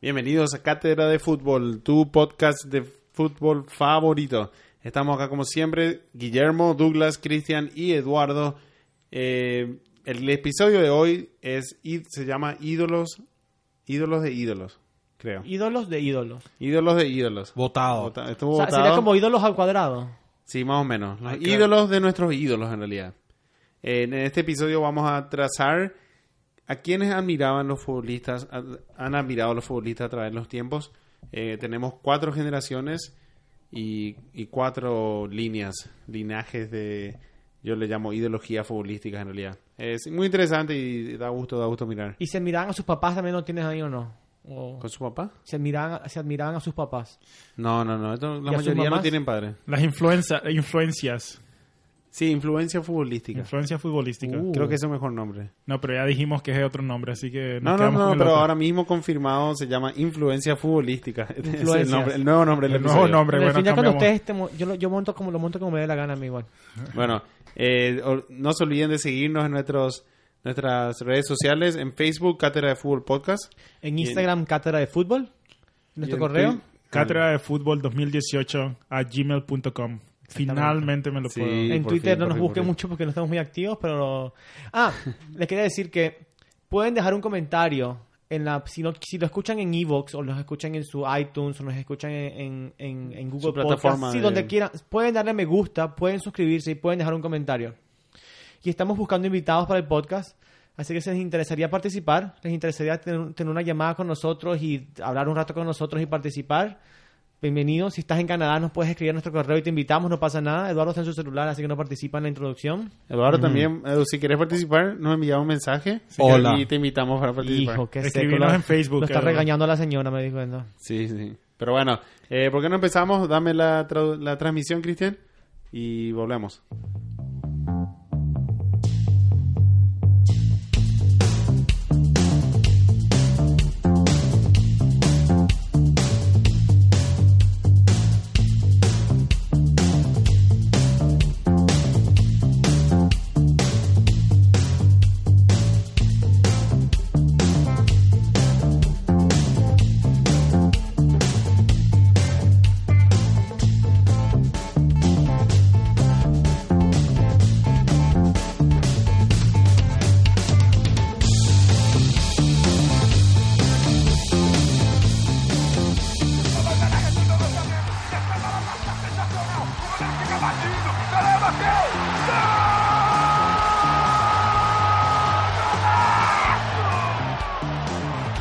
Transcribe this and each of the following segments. Bienvenidos a Cátedra de Fútbol, tu podcast de fútbol favorito. Estamos acá como siempre, Guillermo, Douglas, Cristian y Eduardo. Eh, el episodio de hoy es id- se llama Ídolos, Ídolos de Ídolos, creo. Ídolos de ídolos. Ídolos de Ídolos. Votado. Vota- estuvo O sea, votado. sería como ídolos al cuadrado. Sí, más o menos. Los Ah, claro. ídolos de nuestros ídolos, en realidad. En este episodio vamos a trazar a quienes admiraban los futbolistas, a- han admirado los futbolistas a través de los tiempos. Eh, tenemos cuatro generaciones y, y cuatro líneas, linajes de, yo le llamo ideología futbolística en realidad. Es muy interesante y da gusto, da gusto mirar. Y se miraban a sus papás también, ¿no tienes ahí o no? O- ¿Con su papá? se, miraban, se admiraban a sus papás. No, no, no. esto- la ¿Y a sus mayoría no mamás? tienen padre. Las influenza- influencias. Sí, influencia futbolística. Influencias futbolísticas. Uh. Creo que es un mejor nombre. No, pero ya dijimos que es de otro nombre, así que. nos No, no, quedamos no, con el pero otro. ahora mismo confirmado se llama Influencia Futbolística. Ese Es Influencias. el, nombre- el nuevo nombre del El nuevo episodio. nombre, Pero al bueno, final cuando cambiamos. ustedes, te mo- yo, lo, yo monto como, lo monto como me dé la gana a mí igual. Bueno, eh, o- no se olviden de seguirnos en nuestros, nuestras redes sociales, en Facebook, Cátedra de Fútbol Podcast. En Y en- Instagram, Cátedra de Fútbol. Y en Nuestro correo. Twi- Cátedra de fútbol 2018 a gmail.com. Finalmente me lo Sí. puedo. Y en por Twitter fin, no por nos fin, busquen por fin. mucho porque no estamos muy activos, pero... Ah, les quería decir que pueden dejar un comentario. En la, si, no- si lo escuchan en Evox o los escuchan en su iTunes o nos escuchan en, en- en- en Google Su plataforma Podcast, sí, de- donde quieran, pueden darle me gusta, pueden suscribirse y pueden dejar un comentario. Y estamos buscando invitados para el podcast, así que si les interesaría participar, les interesaría tener, tener una llamada con nosotros y hablar un rato con nosotros y participar, Bienvenido. Si estás en Canadá, nos puedes escribir a nuestro correo y te invitamos. No pasa nada. Eduardo está en su celular, así que no participa en la introducción. Eduardo también, Edu, si quieres participar, nos envía un mensaje Hola. y te invitamos para participar. Hijo, qué seco. Escribinos Lo- en Facebook, Lo está Eduardo. regañando a la señora, me dijo. ¿no? Sí, sí. Pero bueno, eh, ¿por qué no empezamos? Dame la, trau- la transmisión, Cristian, y volvemos.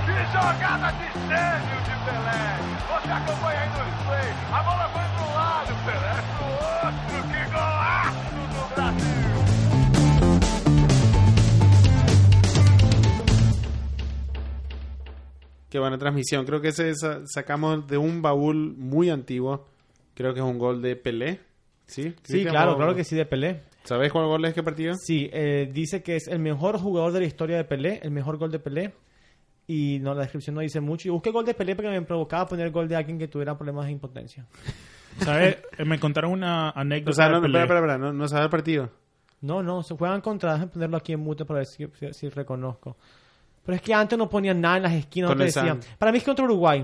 Que jogada de gênio de Pelé! Você acompanha aí no replay. A bola foi pro lado, Pelé pro outro. Que golaço do Brasil! Qué buena transmisión. Creo que ese sa- sacamos de un baúl muy antiguo. Creo que es un gol de Pelé. ¿Sí? Sí, claro, claro que sí, de Pelé. ¿Sabes cuál gol es que partido? Sí, eh, dice que es el mejor jugador de la historia de Pelé, el mejor gol de Pelé. Y no, la descripción no dice mucho. Yo busqué gol de Pelé porque me provocaba poner gol de alguien que tuviera problemas de impotencia. ¿Sabes? Eh, Me contaron una anécdota. O sea, no, de no, espera, Pelé. espera, espera, no, no sabes el partido. No, no, se juegan contra. Déjame ponerlo aquí en mute para ver si, si- si reconozco. Pero es que antes no ponían nada en las esquinas, no Con te el Sam. decían. Para mí es contra Uruguay.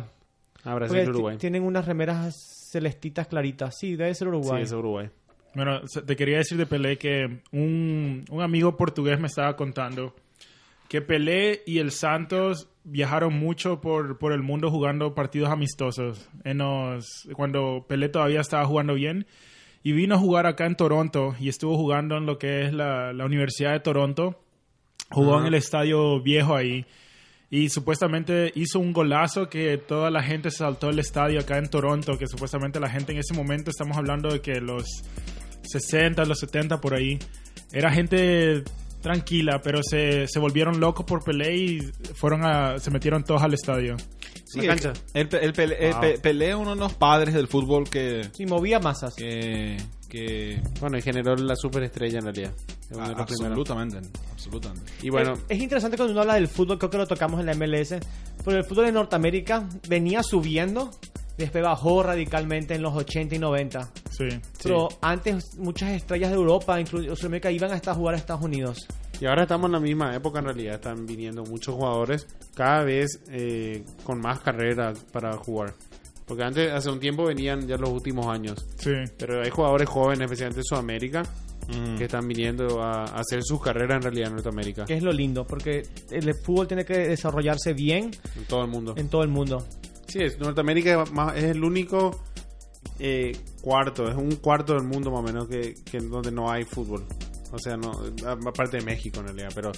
Ah, Porque Brasil, ti- Uruguay. Sí, Tienen unas remeras celestitas claritas. Sí, debe ser Uruguay. es Uruguay. Bueno, se- te quería decir de Pelé que un, un amigo portugués me estaba contando que Pelé y el Santos viajaron mucho por, por el mundo jugando partidos amistosos. En los- cuando Pelé todavía estaba jugando bien y vino a jugar acá en Toronto y estuvo jugando en lo que es la, la Universidad de Toronto. Jugó en el estadio viejo ahí y supuestamente hizo un golazo que toda la gente se saltó el estadio acá en Toronto, que supuestamente la gente en ese momento estamos hablando de que los 60, los 70 por ahí. Era gente tranquila, pero se, se volvieron locos por Pelé y fueron a, se metieron todos al estadio. Sí, Una cancha. El, el Pelé, el Wow. Pe- Pelé es uno de los padres del fútbol que, Sí, movía masas. que, que- Bueno, y generó la superestrella en realidad. Es uno de los primeros. absolutamente, absolutamente. Y bueno, es, es interesante cuando uno habla del fútbol, creo que lo tocamos en la MLS, pero el fútbol en Norteamérica venía subiendo, después bajó radicalmente en los 80 y 90. Sí. Pero antes muchas estrellas de Europa, incluso Sudamérica, iban hasta jugar a Estados Unidos. Y ahora estamos en la misma época en realidad, están viniendo muchos jugadores cada vez eh, con más carrera para jugar. Porque antes, hace un tiempo venían ya los últimos años. Sí. Pero hay jugadores jóvenes, especialmente en Sudamérica, Mm. que están viniendo a a hacer sus carreras en realidad en Norteamérica. Que es lo lindo, porque el fútbol tiene que desarrollarse bien En todo el mundo. en todo el mundo. Sí, es, Norteamérica es más- es el único eh, cuarto, es un cuarto del mundo más o menos que, que donde no hay fútbol. O sea, no, a- aparte de México en realidad, pero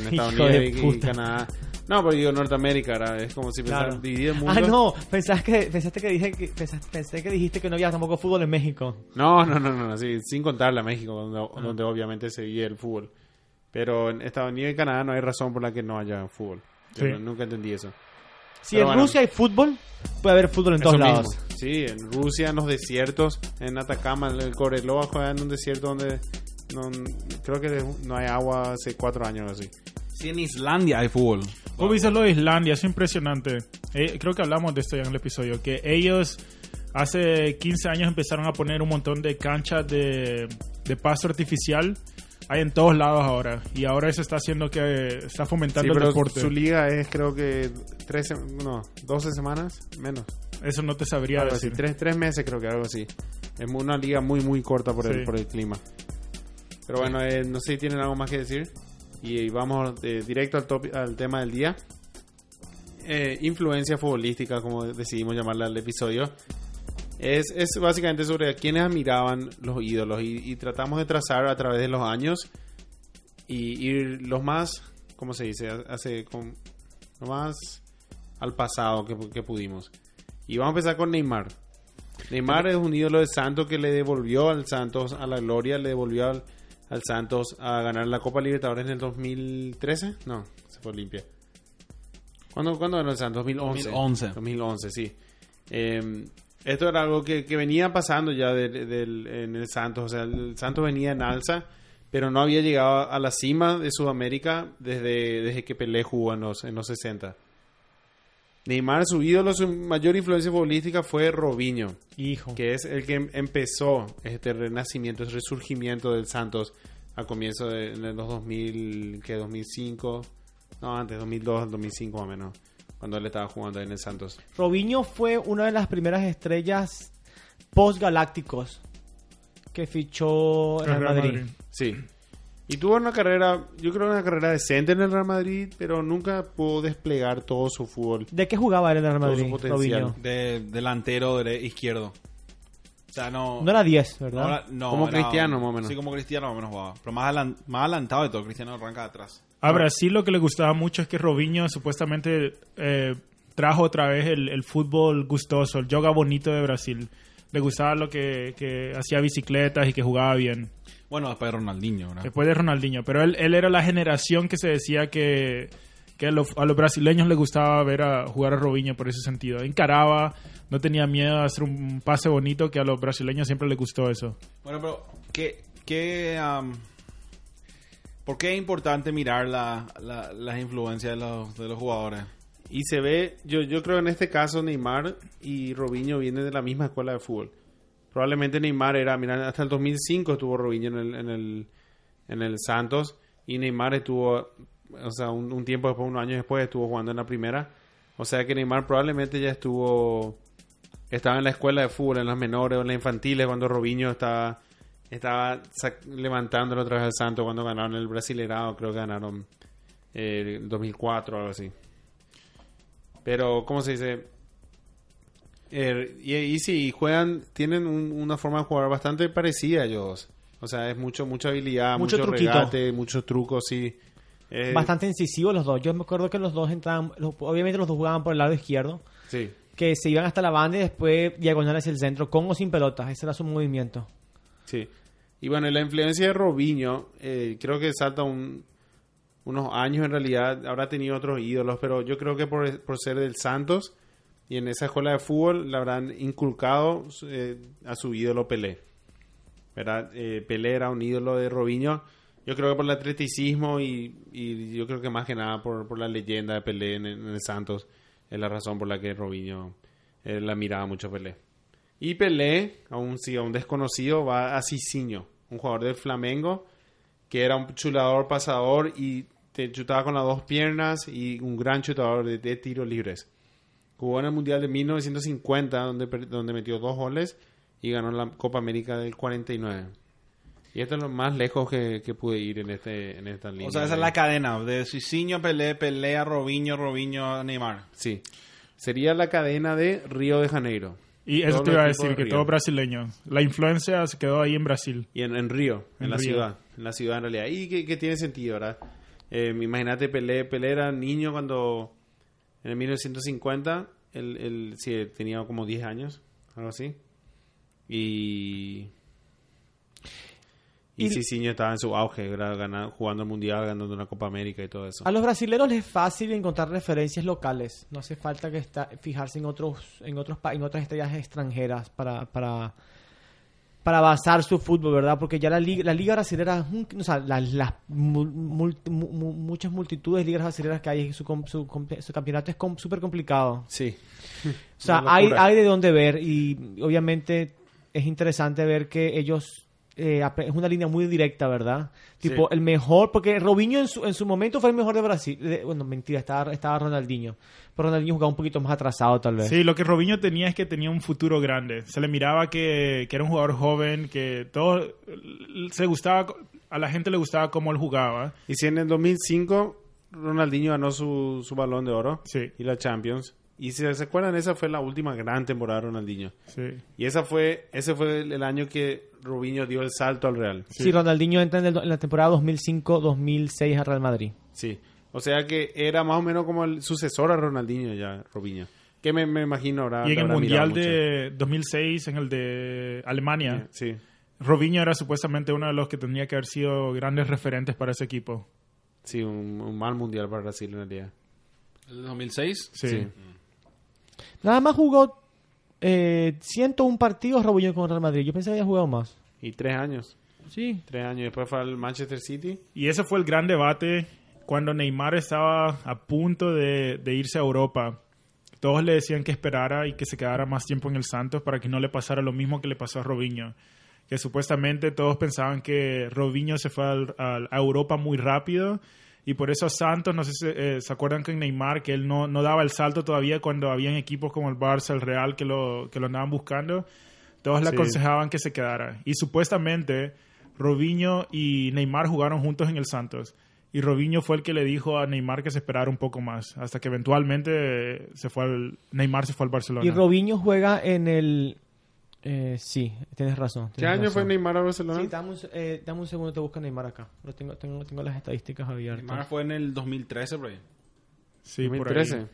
en Estados Hijo Unidos de y- y, puta. Canadá. No, pero digo Norteamérica, ¿verdad? es como si pensara Claro. dividir el mundo. Ah, no, pensaste que, pensaste que dije que pensas- pensé que dijiste que no había tampoco fútbol en México. No, no, no, no, no, sí, sin contarle a México, donde, donde obviamente se vive el fútbol. Pero en Estados Unidos y Canadá no hay razón por la que no haya fútbol. Yo Sí. no- nunca entendí eso. Si Pero en bueno. Rusia hay fútbol, puede haber fútbol en todos Eso lados. mismo. Sí, en Rusia, en los desiertos, en Atacama, en el Coreloa juegan en un desierto donde no, creo que de- no hay agua hace cuatro años o así. Si en Islandia hay fútbol. Vos viste lo de Islandia, es impresionante. Eh, creo que hablamos de esto ya en el episodio, que ellos hace 15 años empezaron a poner un montón de canchas de, de pasto artificial. Hay en todos lados ahora. Y ahora eso está haciendo que está Sí, fomentando el pero deporte. su liga es creo que 13, no, 12 semanas menos. Eso no te sabría Algo así, decir. tres, tres meses creo que algo así. Es mu- una liga muy, muy corta por, el, Sí. por el clima. Pero bueno, eh, no sé si tienen algo más que decir. Y, vamos eh, directo al, topi- al tema del día. Eh, influencia futbolística, como decidimos llamarla al episodio. Es, es básicamente sobre a quienes admiraban los ídolos y, y tratamos de trazar a través de los años y ir los más, ¿cómo se dice? Hace con, lo más al pasado que, que pudimos. Y vamos a empezar con Neymar. Neymar es un ídolo de Santos que le devolvió al Santos a la gloria, le devolvió al, al Santos a ganar la Copa Libertadores en el 2013. No, se fue limpia. ¿Cuándo, cuándo ganó el Santos? 2011. 2011. 2011, sí. Eh, esto era algo que, que venía pasando ya del- del- en el Santos. O sea, el Santos venía en alza, pero no había llegado a la cima de Sudamérica desde, desde que Pelé jugó en los, en los 60. Neymar, su ídolo, su mayor influencia futbolística fue Robinho, Hijo. que es el que em- empezó este renacimiento, el resurgimiento del Santos a comienzo de en los 2000, que 2005, no, antes, 2002, 2005 más o menos, cuando él estaba jugando ahí en el Santos. Robinho fue una de las primeras estrellas postgalácticos que fichó el El Real Real Madrid. Madrid. Sí. Y tuvo una carrera, yo creo una carrera decente en el Real Madrid, pero nunca pudo desplegar todo su fútbol. ¿De qué jugaba él en el Real Todo su Madrid, potencial. Robinho? De delantero de izquierdo. O sea, no. No era 10, ¿verdad? no era- no, Como era- Cristiano, más o menos. Sí, como Cristiano, más o menos jugaba. Pero más, adelan- más adelantado de todo, Cristiano arranca de atrás. A Brasil lo que le gustaba mucho es que Robinho supuestamente eh, trajo otra vez el, el fútbol gustoso, el yoga bonito de Brasil. Le gustaba lo que, que hacía bicicletas y que jugaba bien. Bueno, después de Ronaldinho, ¿verdad? Después de Ronaldinho. Pero él, él era la generación que se decía que, que a, los, a los brasileños les gustaba ver a jugar a Robinho por ese sentido. Encaraba, no tenía miedo a hacer un pase bonito que a los brasileños siempre les gustó eso. Bueno, pero ¿qué, qué, am, ¿por qué es importante mirar la, la- las influencias de los, de los jugadores? Y se ve, yo, yo creo en este caso Neymar y Robinho vienen de la misma escuela de fútbol. Probablemente Neymar era, mira, hasta el 2005 estuvo Robinho en el, en el, en el Santos y Neymar estuvo, o sea, un, un tiempo después, unos años después, estuvo jugando en la primera. O sea que Neymar probablemente ya estuvo, estaba en la escuela de fútbol, en las menores o en las infantiles, cuando Robinho estaba, estaba sac- levantándolo otra vez al Santos cuando ganaron el Brasilerado, creo que ganaron eh, el 2004 o algo así. Pero, ¿cómo se dice? Eh, y, y sí, juegan, tienen un- una forma de jugar bastante parecida a ellos. O sea, es mucho, mucha habilidad, mucho, Mucho truquito. regate, muchos trucos, sí. Eh, Bastante incisivos los dos. Yo me acuerdo que los dos entraban, los- obviamente los dos jugaban por el lado izquierdo, Sí. que se iban hasta la banda y después diagonal hacia el centro, con o sin pelotas. Ese era su movimiento. Sí. Y bueno, y la influencia de Robinho, eh, creo que salta un- unos años en realidad. Habrá tenido otros ídolos, pero yo creo que por, por ser del Santos y en esa escuela de fútbol le habrán inculcado eh, a su ídolo Pelé. ¿Verdad? Eh, Pelé era un ídolo de Robinho. Yo creo que por el atleticismo y, y yo creo que más que nada por, por la leyenda de Pelé en, en el Santos es la razón por la que Robinho eh, la miraba mucho a Pelé. Y Pelé, aún sí, a un desconocido, va a Cicinho, un jugador del Flamengo que era un chulador pasador y te chutaba con las dos piernas y un gran chutador de, de tiros libres. Jugó en el Mundial de 1950, donde, per- donde metió dos goles y ganó la Copa América del 49. Y esto es lo más lejos que, que pude ir en, este, en esta línea. O sea, esa es de- la cadena. De Cicinho, Pelé, Pelé a Robinho, Robinho a Neymar. Sí. Sería la cadena de Río de Janeiro. Y eso Todos te iba a los equipos decir, de que Río. todo brasileño. La influencia se quedó ahí en Brasil. Y en, en Río, en, En la Río. ciudad. En la ciudad, en realidad. Y que, que tiene sentido, ¿verdad? Eh, Imagínate, Pelé, Pelé era niño cuando. En el 1950. Él, él sí, tenía como 10 años, algo así. Y. Y, Y- Cicinho estaba en su auge, era gana- jugando el mundial, ganando una Copa América y todo eso. A los brasileros les es fácil encontrar referencias locales. No hace falta que está, fijarse en otros, en otros, pa- en otras estrellas extranjeras para, para, para basar su fútbol, ¿verdad? Porque ya la liga, la liga brasilera, es un- o sea, las, las mul- multi- mu- mu- muchas multitudes de ligas brasileras que hay, su, com- su, comple- su campeonato es com- súper complicado. Sí. O sea, Una hay, locura. hay de dónde ver y obviamente es interesante ver que ellos... eh, apre- es una línea muy directa, ¿verdad? Tipo, el mejor, porque Robinho en su, en su momento fue el mejor de Brasil. De- bueno, mentira, estaba, estaba Ronaldinho. Pero Ronaldinho jugaba un poquito más atrasado, tal vez. Sí, lo que Robinho tenía es que tenía un futuro grande. Se le miraba que, que era un jugador joven, que todo se gustaba, a la gente le gustaba cómo él jugaba. Y si en el 2005 Ronaldinho ganó su, su balón de oro Sí. y la Champions. Y si se acuerdan, esa fue la última gran temporada de Ronaldinho. Sí. Y esa fue, ese fue el el año que Robinho dio el salto al Real. Sí, Ronaldinho entra en, el do- en la temporada 2005-2006 al Real Madrid. Sí. O sea que era más o menos como el sucesor a Ronaldinho ya, Robinho. Que me, me imagino ahora. Y en el Mundial de 2006, en el de Alemania, Sí. Robinho era supuestamente uno de los que tendría que haber sido grandes referentes para ese equipo. Sí, un, un mal mundial para Brasil en realidad. ¿El 2006? Sí. Sí. Nada más jugó eh, 101 partidos Robinho con Real Madrid. Yo pensé que había jugado más. Y tres años. Sí. Tres años. Después fue al Manchester City. Y ese fue el gran debate cuando Neymar estaba a punto de, de irse a Europa. Todos le decían que esperara y que se quedara más tiempo en el Santos para que no le pasara lo mismo que le pasó a Robinho. Que supuestamente todos pensaban que Robinho se fue al- al- a Europa muy rápido y por eso a Santos, no sé si eh, se acuerdan que en Neymar, que él no, no daba el salto todavía cuando habían equipos como el Barça, el Real que lo, que lo andaban buscando. Todos le Sí. aconsejaban que se quedara. Y supuestamente Robinho y Neymar jugaron juntos en el Santos. Y Robinho fue el que le dijo a Neymar que se esperara un poco más. Hasta que eventualmente eh, se fue al, Neymar se fue al Barcelona. Y Robinho juega en el... eh, sí, tienes razón. ¿Qué tienes año fue razón. Neymar a Barcelona? Sí, dame un, se- eh, dame un segundo, te busca Neymar acá. Lo tengo, tengo, tengo las estadísticas abiertas. Neymar fue en el 2013, por ahí. sí, por ahí. 2013.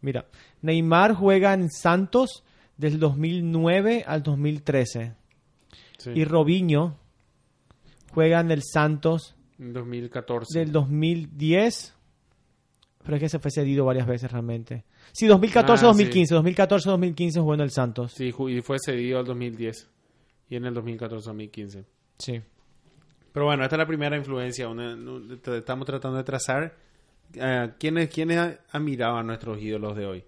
Mira, Neymar juega en Santos del 2009 al 2013. Sí. Y Robinho juega en el Santos En 2014. del 2010. Pero es que se fue cedido varias veces realmente. Sí, 2014, Ah, 2015. 2014, 2015 jugó en el Santos. Sí. Sí, ju- y fue cedido al 2010. Y en el 2014-2015. Pero bueno, esta es la primera influencia. una- nu- tra- estamos tratando de trazar eh, quiénes, quiénes a- admiraban nuestros ídolos de hoy.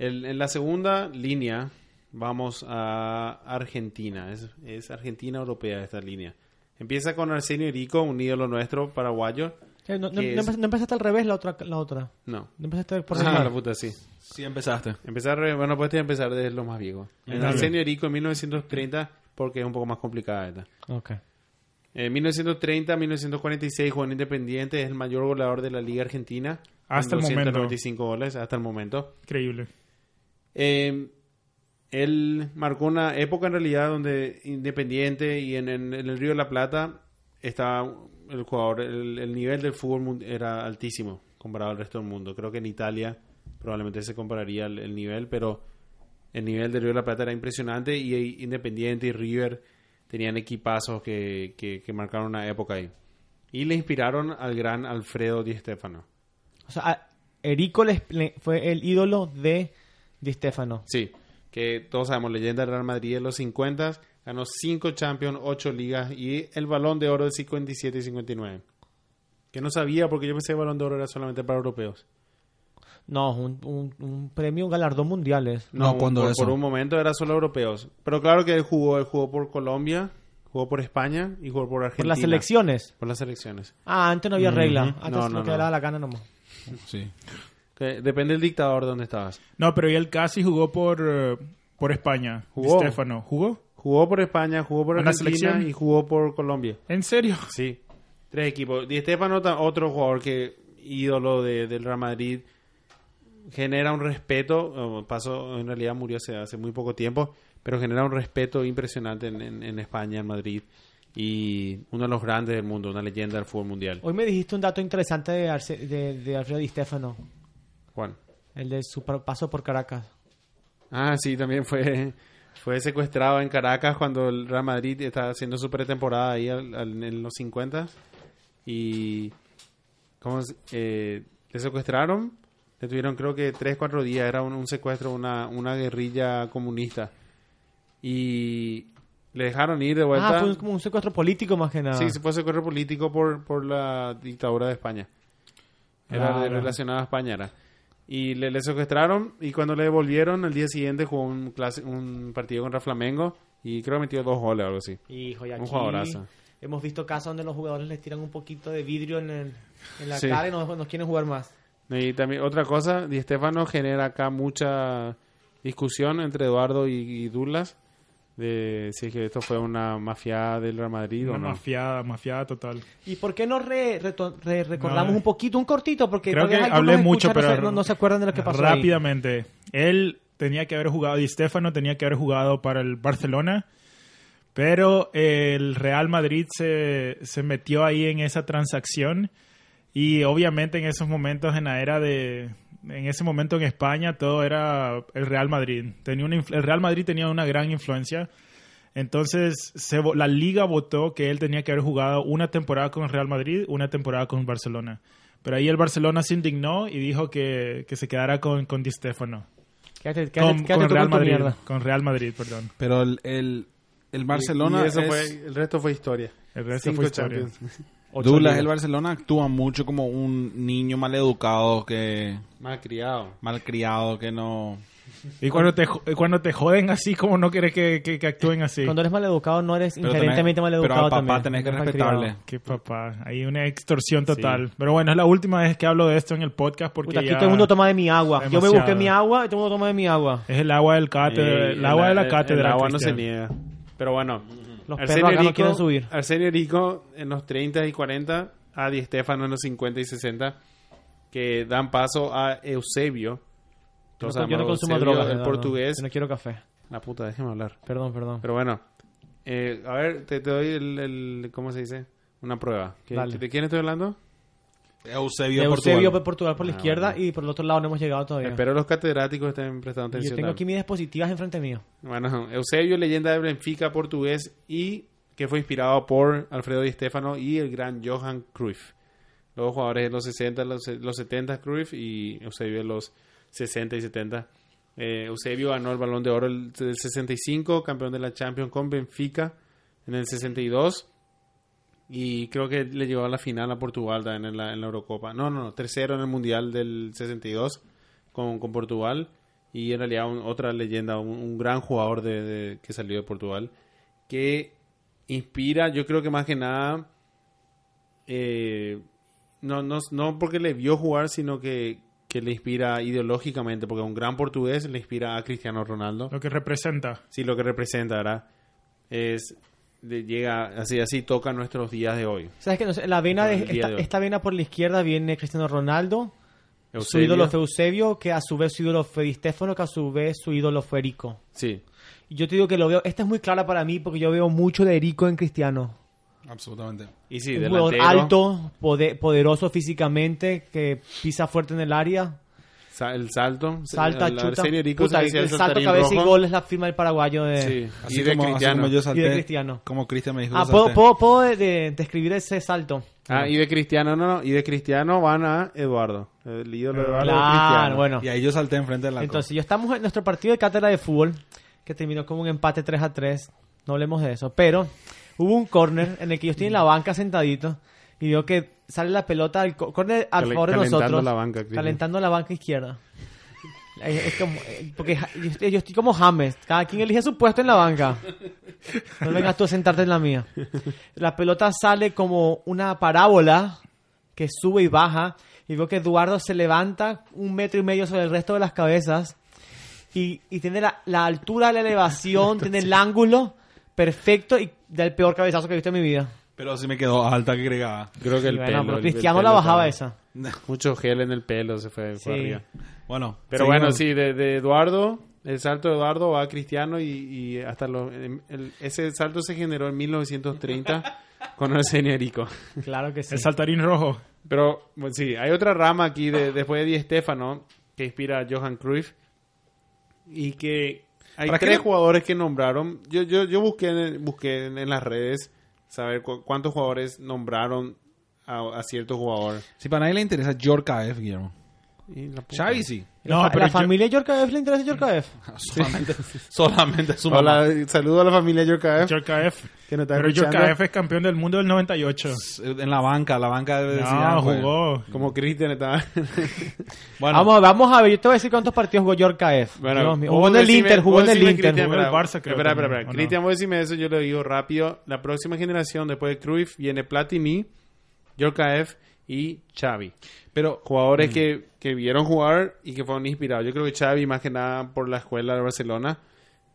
El- en la segunda línea vamos a Argentina. Es, es Argentina europea esta línea. Empieza con Arsenio Rico, un ídolo nuestro, paraguayo. Eh, No, no- ¿Qué no es? empezaste- no empezaste al revés la otra. La otra. No. No empezaste por Ah, separar. la puta, sí. Sí, empezaste. Empezar, re- bueno, puedes empezar desde lo más viejo. En Dale. Arsenio Rico en 1930, porque es un poco más complicada esta. Ok. En 1930-1946 Juan Independiente es el mayor goleador de la Liga Argentina. Hasta con el momento. 295 goles hasta el momento. Increíble. Eh, él marcó una época en realidad donde Independiente y en, en- en el Río de la Plata estaba el jugador, el, el nivel del fútbol mun- era altísimo comparado al resto del mundo. Creo que en Italia probablemente se compararía el, el nivel, pero el nivel del Río de la Plata era impresionante y y Independiente y River tenían equipazos que, que- que marcaron una época ahí. Y le inspiraron al gran Alfredo Di Stéfano. O sea, a- Erico le- le- fue el ídolo de Di Stefano. Sí, que todos sabemos, leyenda del Real Madrid de los 50, ganó 5 Champions, 8 ligas y el Balón de Oro de 57 y 59. Que no sabía porque yo pensé que el Balón de Oro era solamente para europeos. No, un, un- un premio, un galardón mundiales. No, por, por un momento era solo europeos. Pero claro que él jugó, él jugó por Colombia, Jugó por España y jugó por Argentina. Por las elecciones. Por las selecciones. Ah, antes no había regla. Ujú. Antes No, no, no, quedaba no. la gana nomás. Sí. Que depende del dictador donde estabas. No, pero él casi jugó por, eh, por España. Jugó. Stefano. ¿Jugó? Jugó por España, jugó por ¿Por la Argentina selección? y jugó por Colombia. ¿En serio? Sí. Tres equipos. Di Stefano, ta- otro jugador que ídolo de- del Real Madrid, genera un respeto. eh, Pasó, en realidad murió hace, hace muy poco tiempo, pero genera un respeto impresionante en, en- en España, en Madrid. Y uno de los grandes del mundo, una leyenda del fútbol mundial. Hoy me dijiste un dato interesante de, Arce- de, de Alfredo Di Stefano. Juan. El de su par- paso por Caracas. Ah, sí, también fue, fue secuestrado en Caracas cuando el Real Madrid estaba haciendo su pretemporada ahí al- al- en los 50 y ¿cómo se- eh, le secuestraron, le tuvieron creo que 3, 4 días, era un, un secuestro, una, una guerrilla comunista y le dejaron ir de vuelta. Ah, fue un- como un secuestro político más que nada. Sí, se fue secuestro político por, por la dictadura de España. Era Claro. relacionada a España, era. Y le, le secuestraron y cuando le devolvieron, al día siguiente jugó un, clase- un partido contra Flamengo y creo que metió dos goles o algo así. Hijo, y Un aquí jugadorazo. hemos visto casos donde los jugadores les tiran un poquito de vidrio en, el- en la Sí. cara y no, no quieren jugar más. Y también otra cosa, Di Stefano genera acá mucha discusión entre Eduardo y, y Dulas de si es que esto fue una mafia del Real Madrid Una o no. mafiada, mafiada total. ¿Y por qué no re- reto- re- recordamos No, eh. un poquito, un cortito? Porque Creo tal vez que algunos hablé mucho, escuchan, no pero se- no, no se acuerdan de lo que pasó. ahí. Rápidamente. Él tenía que haber jugado, Di Stefano tenía que haber jugado para el Barcelona, pero el Real Madrid se, se metió ahí en esa transacción y obviamente en esos momentos, en la era de... En ese momento en España todo era el Real Madrid. Tenía una, influ- el Real Madrid tenía una gran influencia. Entonces se vo- la liga votó que él tenía que haber jugado una temporada con el Real Madrid, una temporada con el Barcelona. Pero ahí el Barcelona se indignó y dijo que, que se quedara con, con Di Stefano. Quédate, quédate, Con, quédate con tú Real con tu Madrid. mierda. Con Real Madrid, perdón. Pero el, el, el Barcelona. Y eso es- fue, el resto fue historia. El resto Cinco fue historia. Champions. Ocho Dulas, ligas. el Barcelona actúa mucho como un niño maleducado que. Malcriado. malcriado que no. Y cuando te, jo- cuando te joden así, como no querés que, que- que actúen así. Cuando eres maleducado, no eres Pero inherentemente tenés- maleducado pero al papá también. tenés que Mal respetarle. criado. Qué papá, hay una extorsión total. Pero bueno, es la última vez que hablo de esto en el podcast porque Puta, aquí ya todo el mundo toma de mi agua. Yo me busqué Demasiado. mi agua y todo el mundo toma de mi agua. es el agua del cátedra, Eh, el agua de el- la el- cátedra. El agua no se Cristian. niega. Pero bueno, Los perros acá no quieren subir. Arsenio Rico en los 30 y 40, a Di Stefano en los 50 y 60, que dan paso a Eusebio. Yo Todos no- yo no amamos consumo Eusebio, drogas. El no, no. portugués. Yo No, quiero café. La puta, déjeme hablar. Perdón, perdón. Pero bueno, eh, a ver, te, te doy el, el- ¿Cómo se dice? Una prueba. ¿Qué- Dale. ¿De quién estoy hablando? Eusebio, De de Eusebio Portugal. por Portugal por la Ah, izquierda bueno. y por el otro lado no hemos llegado todavía. Espero los catedráticos estén prestando Y atención. yo tengo también. aquí mis dispositivas enfrente mío. Bueno, Eusebio, leyenda de Benfica portugués y que fue inspirado por Alfredo Di Stefano y el gran Johan Cruyff. Los jugadores de los 60, los, los 70 Cruyff y Eusebio de los 60 y 70. Eh, Eusebio ganó el Balón de Oro el- del 65, campeón de la Champions con Benfica en el 62 y creo que le llevó a la final a Portugal también en la, en la Eurocopa. No, no, no, tercero en el Mundial del 62 con, con Portugal y en realidad un- otra leyenda, un, un gran jugador de, de- que salió de Portugal que inspira, yo creo que más que nada, eh, no, no, no porque le vio jugar, sino que, que le inspira ideológicamente, porque un gran portugués le inspira a Cristiano Ronaldo. Lo que representa. Sí, lo que representa, ¿verdad? Es, de- llega, así, así toca nuestros días de hoy. ¿Sabes que no sé, la vena El de, día esta, de hoy. esta vena por la izquierda viene Cristiano Ronaldo, su Eusebio. ídolo fue Eusebio, que a su vez su ídolo fue Di Stefano, que a su vez su ídolo fue Erico. Sí. Y Yo te digo que lo veo, esta es muy clara para mí porque yo veo mucho de Erico en Cristiano. Absolutamente. Y sí, un delantero. jugador alto, pode- poderoso físicamente, que pisa fuerte en el área, sa- el salto. salta, el, chuta. Arsenio Rico se Puta, el, decía el salto, saltarín cabeza y rojo. gol es la firma del paraguayo de... Sí. Así, y de como, así Cristiano. como yo salté. Y de Cristiano. Como Cristian me dijo Ah, que ¿puedo, salté. puedo- puedo de- de- describir ese salto? Ah, y de Cristiano, no, no. Y de Cristiano van a Eduardo. El ídolo de Eduardo Eduardo es Cristiano. Claro, bueno. Y ahí yo salté enfrente del arco. Entonces, ya estamos en nuestro partido de cátedra de fútbol, que terminó con un empate 3 a 3. No hablemos de eso. Pero hubo un corner en el que yo estoy en la banca sentadito y veo que sale la pelota al corner a Calen- favor de calentando nosotros. la banca, Cristian. calentando la banca izquierda. Eh, es como- eh, porque ja- yo estoy, yo estoy como James. Cada quien elige su puesto en la banca. No vengas tú a sentarte en la mía. La pelota sale como una parábola que sube y baja. Y veo que Eduardo se levanta un metro y medio sobre el resto de las cabezas. Y, y tiene la, la altura, la elevación, tiene el ángulo perfecto y da el peor cabezazo que he visto en mi vida. Pero así me quedó alta que agregaba. Creo que el Y bueno, pelo. pero el- el Cristiano la pelo bajaba estaba- esa. Mucho gel en el pelo se fue, fue Sí. arriba. Bueno, Pero seguimos. bueno, sí, de, de Eduardo, el salto de Eduardo va a Cristiano y, y hasta los, em, el- ese salto se generó en 1930 con Arsenio Erico. Claro que sí. El saltarín rojo. Pero bueno, sí, hay otra rama aquí de, después de Di Stefano que inspira a Johan Cruyff y que hay ¿Para qué tres le- jugadores que nombraron. Yo, yo, yo busqué, en, busqué en, en las redes saber cu- cuántos jugadores nombraron a, a cierto jugador. Si para nadie le interesa Yorka F, Guillermo. Y la puta. Xavi sí. No, la, la pero yo- familia Yorkaev le interesa Yorkaev. Solamente, solamente su mamá. Hola, saludo a la familia Yorkaev. Yorka F. que nos está Pero escuchando. Yorka F es campeón del mundo del 98. En la banca, la banca de No, Zidane fue. Ah, jugó. Como Cristian estaba. Bueno, Vamos, a ver, vamos a ver, yo te voy a decir cuántos partidos jugó Yorkaev. Bueno, Dios mío. vos Jugó en el decime- Inter, jugó vos en el decime, Inter. Cristian, Jugó en el espera, Barça, creo Espera, también, espera, espera. ¿o no? Cristian, vos decime eso, yo lo digo rápido. La próxima generación, después de Cruyff, viene Platini, Yorkaev y Xavi. pero Mm. Jugadores que, que vieron jugar y que fueron inspirados. Yo creo que Xavi, más que nada por la escuela de Barcelona,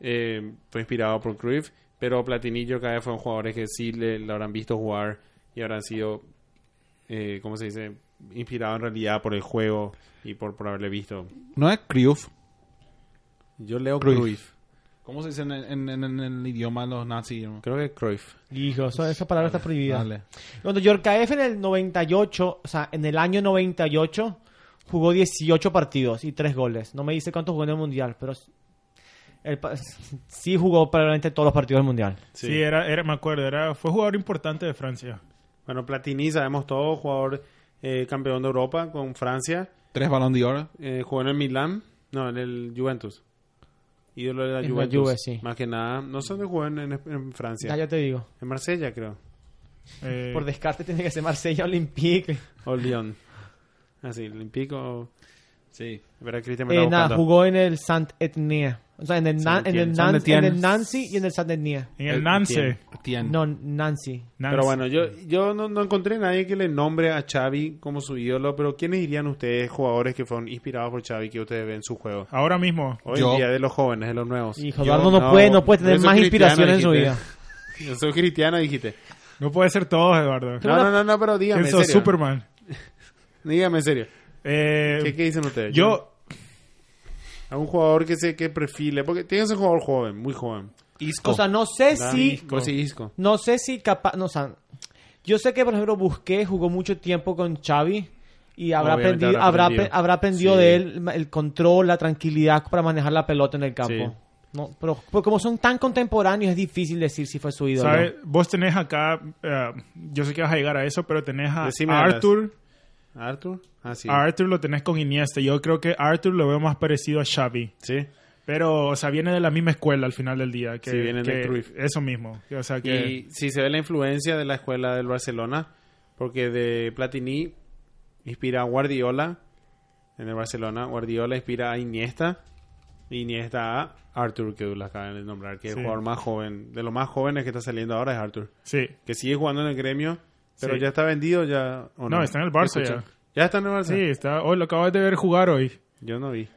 eh, fue inspirado por Cruyff. Pero Platini y Yorkaev fueron jugadores que sí le, le habrán visto jugar y habrán sido, eh, ¿cómo se dice? Inspirados en realidad por el juego y por, por haberle visto. no es Cruyff. Yo leo Cruyff. Cruyff. ¿Cómo se dice en, en- en- en el idioma de los nazis? Guillermo? Creo que Cruyff. Hijo, eso- esa palabra está prohibida. Dale. Cuando Yorkaev en el 98, o sea, en el año 98, jugó 18 partidos y 3 goles. No me dice cuántos jugó en el Mundial, pero s- el pa- sí jugó probablemente todos los partidos del Mundial. Sí, era, era, me acuerdo, era, fue jugador importante de Francia. Bueno, Platini, sabemos todo, jugador eh, campeón de Europa con Francia. Tres balón de oro. Eh, jugó en el Milán, no, en el Juventus. Ídolo de la En la Juventus. Juve, sí. Más que nada, no sé dónde jugó en, en- en Francia. Ya yo te digo. En Marsella, creo. Eh, Por descarte tiene que ser Marsella Olympique. O Lyon. Ah, Así, Olympique o... Sí. Verá, Cristian me Eh, está nada, buscando. jugó en el Saint Etnia. O sea, en el, Nan- en, Saint-Étienne. el Nan- en Saint-Étienne. el Nancy y en el Saint Etnia. en el Nance. Etienne. Tien. No, Nancy. Nance. Eh, Pero bueno, yo, yo no, no encontré nadie que le nombre a Xavi como su ídolo, pero ¿quiénes dirían ustedes, jugadores que fueron inspirados por Xavi, que ustedes ven su juego? Ahora mismo. Hoy Yo. en día de los jóvenes, de los nuevos. Hijo, Yo- Eduardo no, puede, no puede tener yo soy más cristiano, inspiración en su dijiste. vida. Yo soy cristiano, dijiste. No puede ser todos, Eduardo. No, no, no, no, pero dígame en Eso serio. es Superman. Dígame en serio. Eh, ¿Qué, qué dicen ustedes? yo, A un jugador que se que perfile. Porque tiene que ser un jugador joven, muy joven. Isco. O sea, no sé ¿verdad? si Pues sí, Isco. No sé si capaz, no, o sea, yo sé que por ejemplo Busqué jugó mucho tiempo con Xavi y habrá Obviamente aprendido, habrá aprendido. habrá, aprendido. habrá aprendido Sí. de él el control, la tranquilidad para manejar la pelota en el campo. Sí. No, pero, pero como son tan contemporáneos es difícil decir si fue su ídolo. ¿sabes? Vos tenés acá, eh, yo sé que vas a llegar a eso, pero tenés a, Decime a las- Arthur. ¿Arthur? Ah, sí. A Arthur lo tenés con Iniesta. Yo creo que Arthur lo veo más parecido a Xavi. Sí. Pero, o sea, viene de la misma escuela al final del día. Que, Sí, viene de que- Cruyff. Eso mismo. Que, O sea, que... Y si se ve la influencia de la escuela del Barcelona, porque de Platini inspira a Guardiola en el Barcelona, Guardiola inspira a Iniesta, e Iniesta a Arthur, que lo acaban de nombrar, que es Sí. el jugador más joven, de los más jóvenes que está saliendo ahora es Arthur, Sí. que sigue jugando en el gremio, pero Sí. ya está vendido ya. ¿o No, está en el Barça Escucha. ya. Ya está en el Barça. Sí, está... Hoy lo acabas de ver jugar hoy. Yo no vi.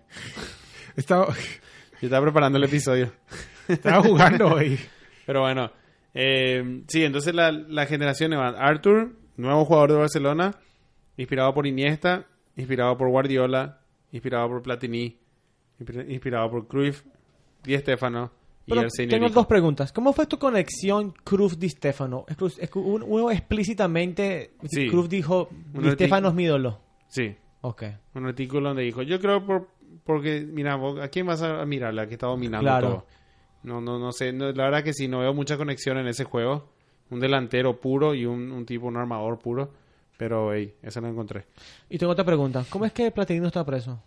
Estaba, Yo estaba preparando el episodio. estaba jugando hoy. Pero bueno, eh, sí, entonces la, la generación van Arthur, nuevo jugador de Barcelona, inspirado por Iniesta, inspirado por Guardiola, inspirado por Platini, inspir- inspirado por Cruyff, Di Stefano y Pero el tengo dos preguntas. ¿Cómo fue tu conexión Cruz Di Stefano? Es Cruz- es que uno, uno explícitamente Sí. Cruz dijo Uno Di Stefano di- es mi ídolo. Sí, Ok. un artículo donde dijo, yo creo por, porque, mira, vos, ¿a quién vas a mirar? La que está dominando Claro. todo. No, no, no sé, no, la verdad que sí, no veo mucha conexión en ese juego. Un delantero puro y un, un tipo, un armador puro. Pero, ey, eso no encontré. Y tengo otra pregunta. ¿Cómo es que Platini no está preso?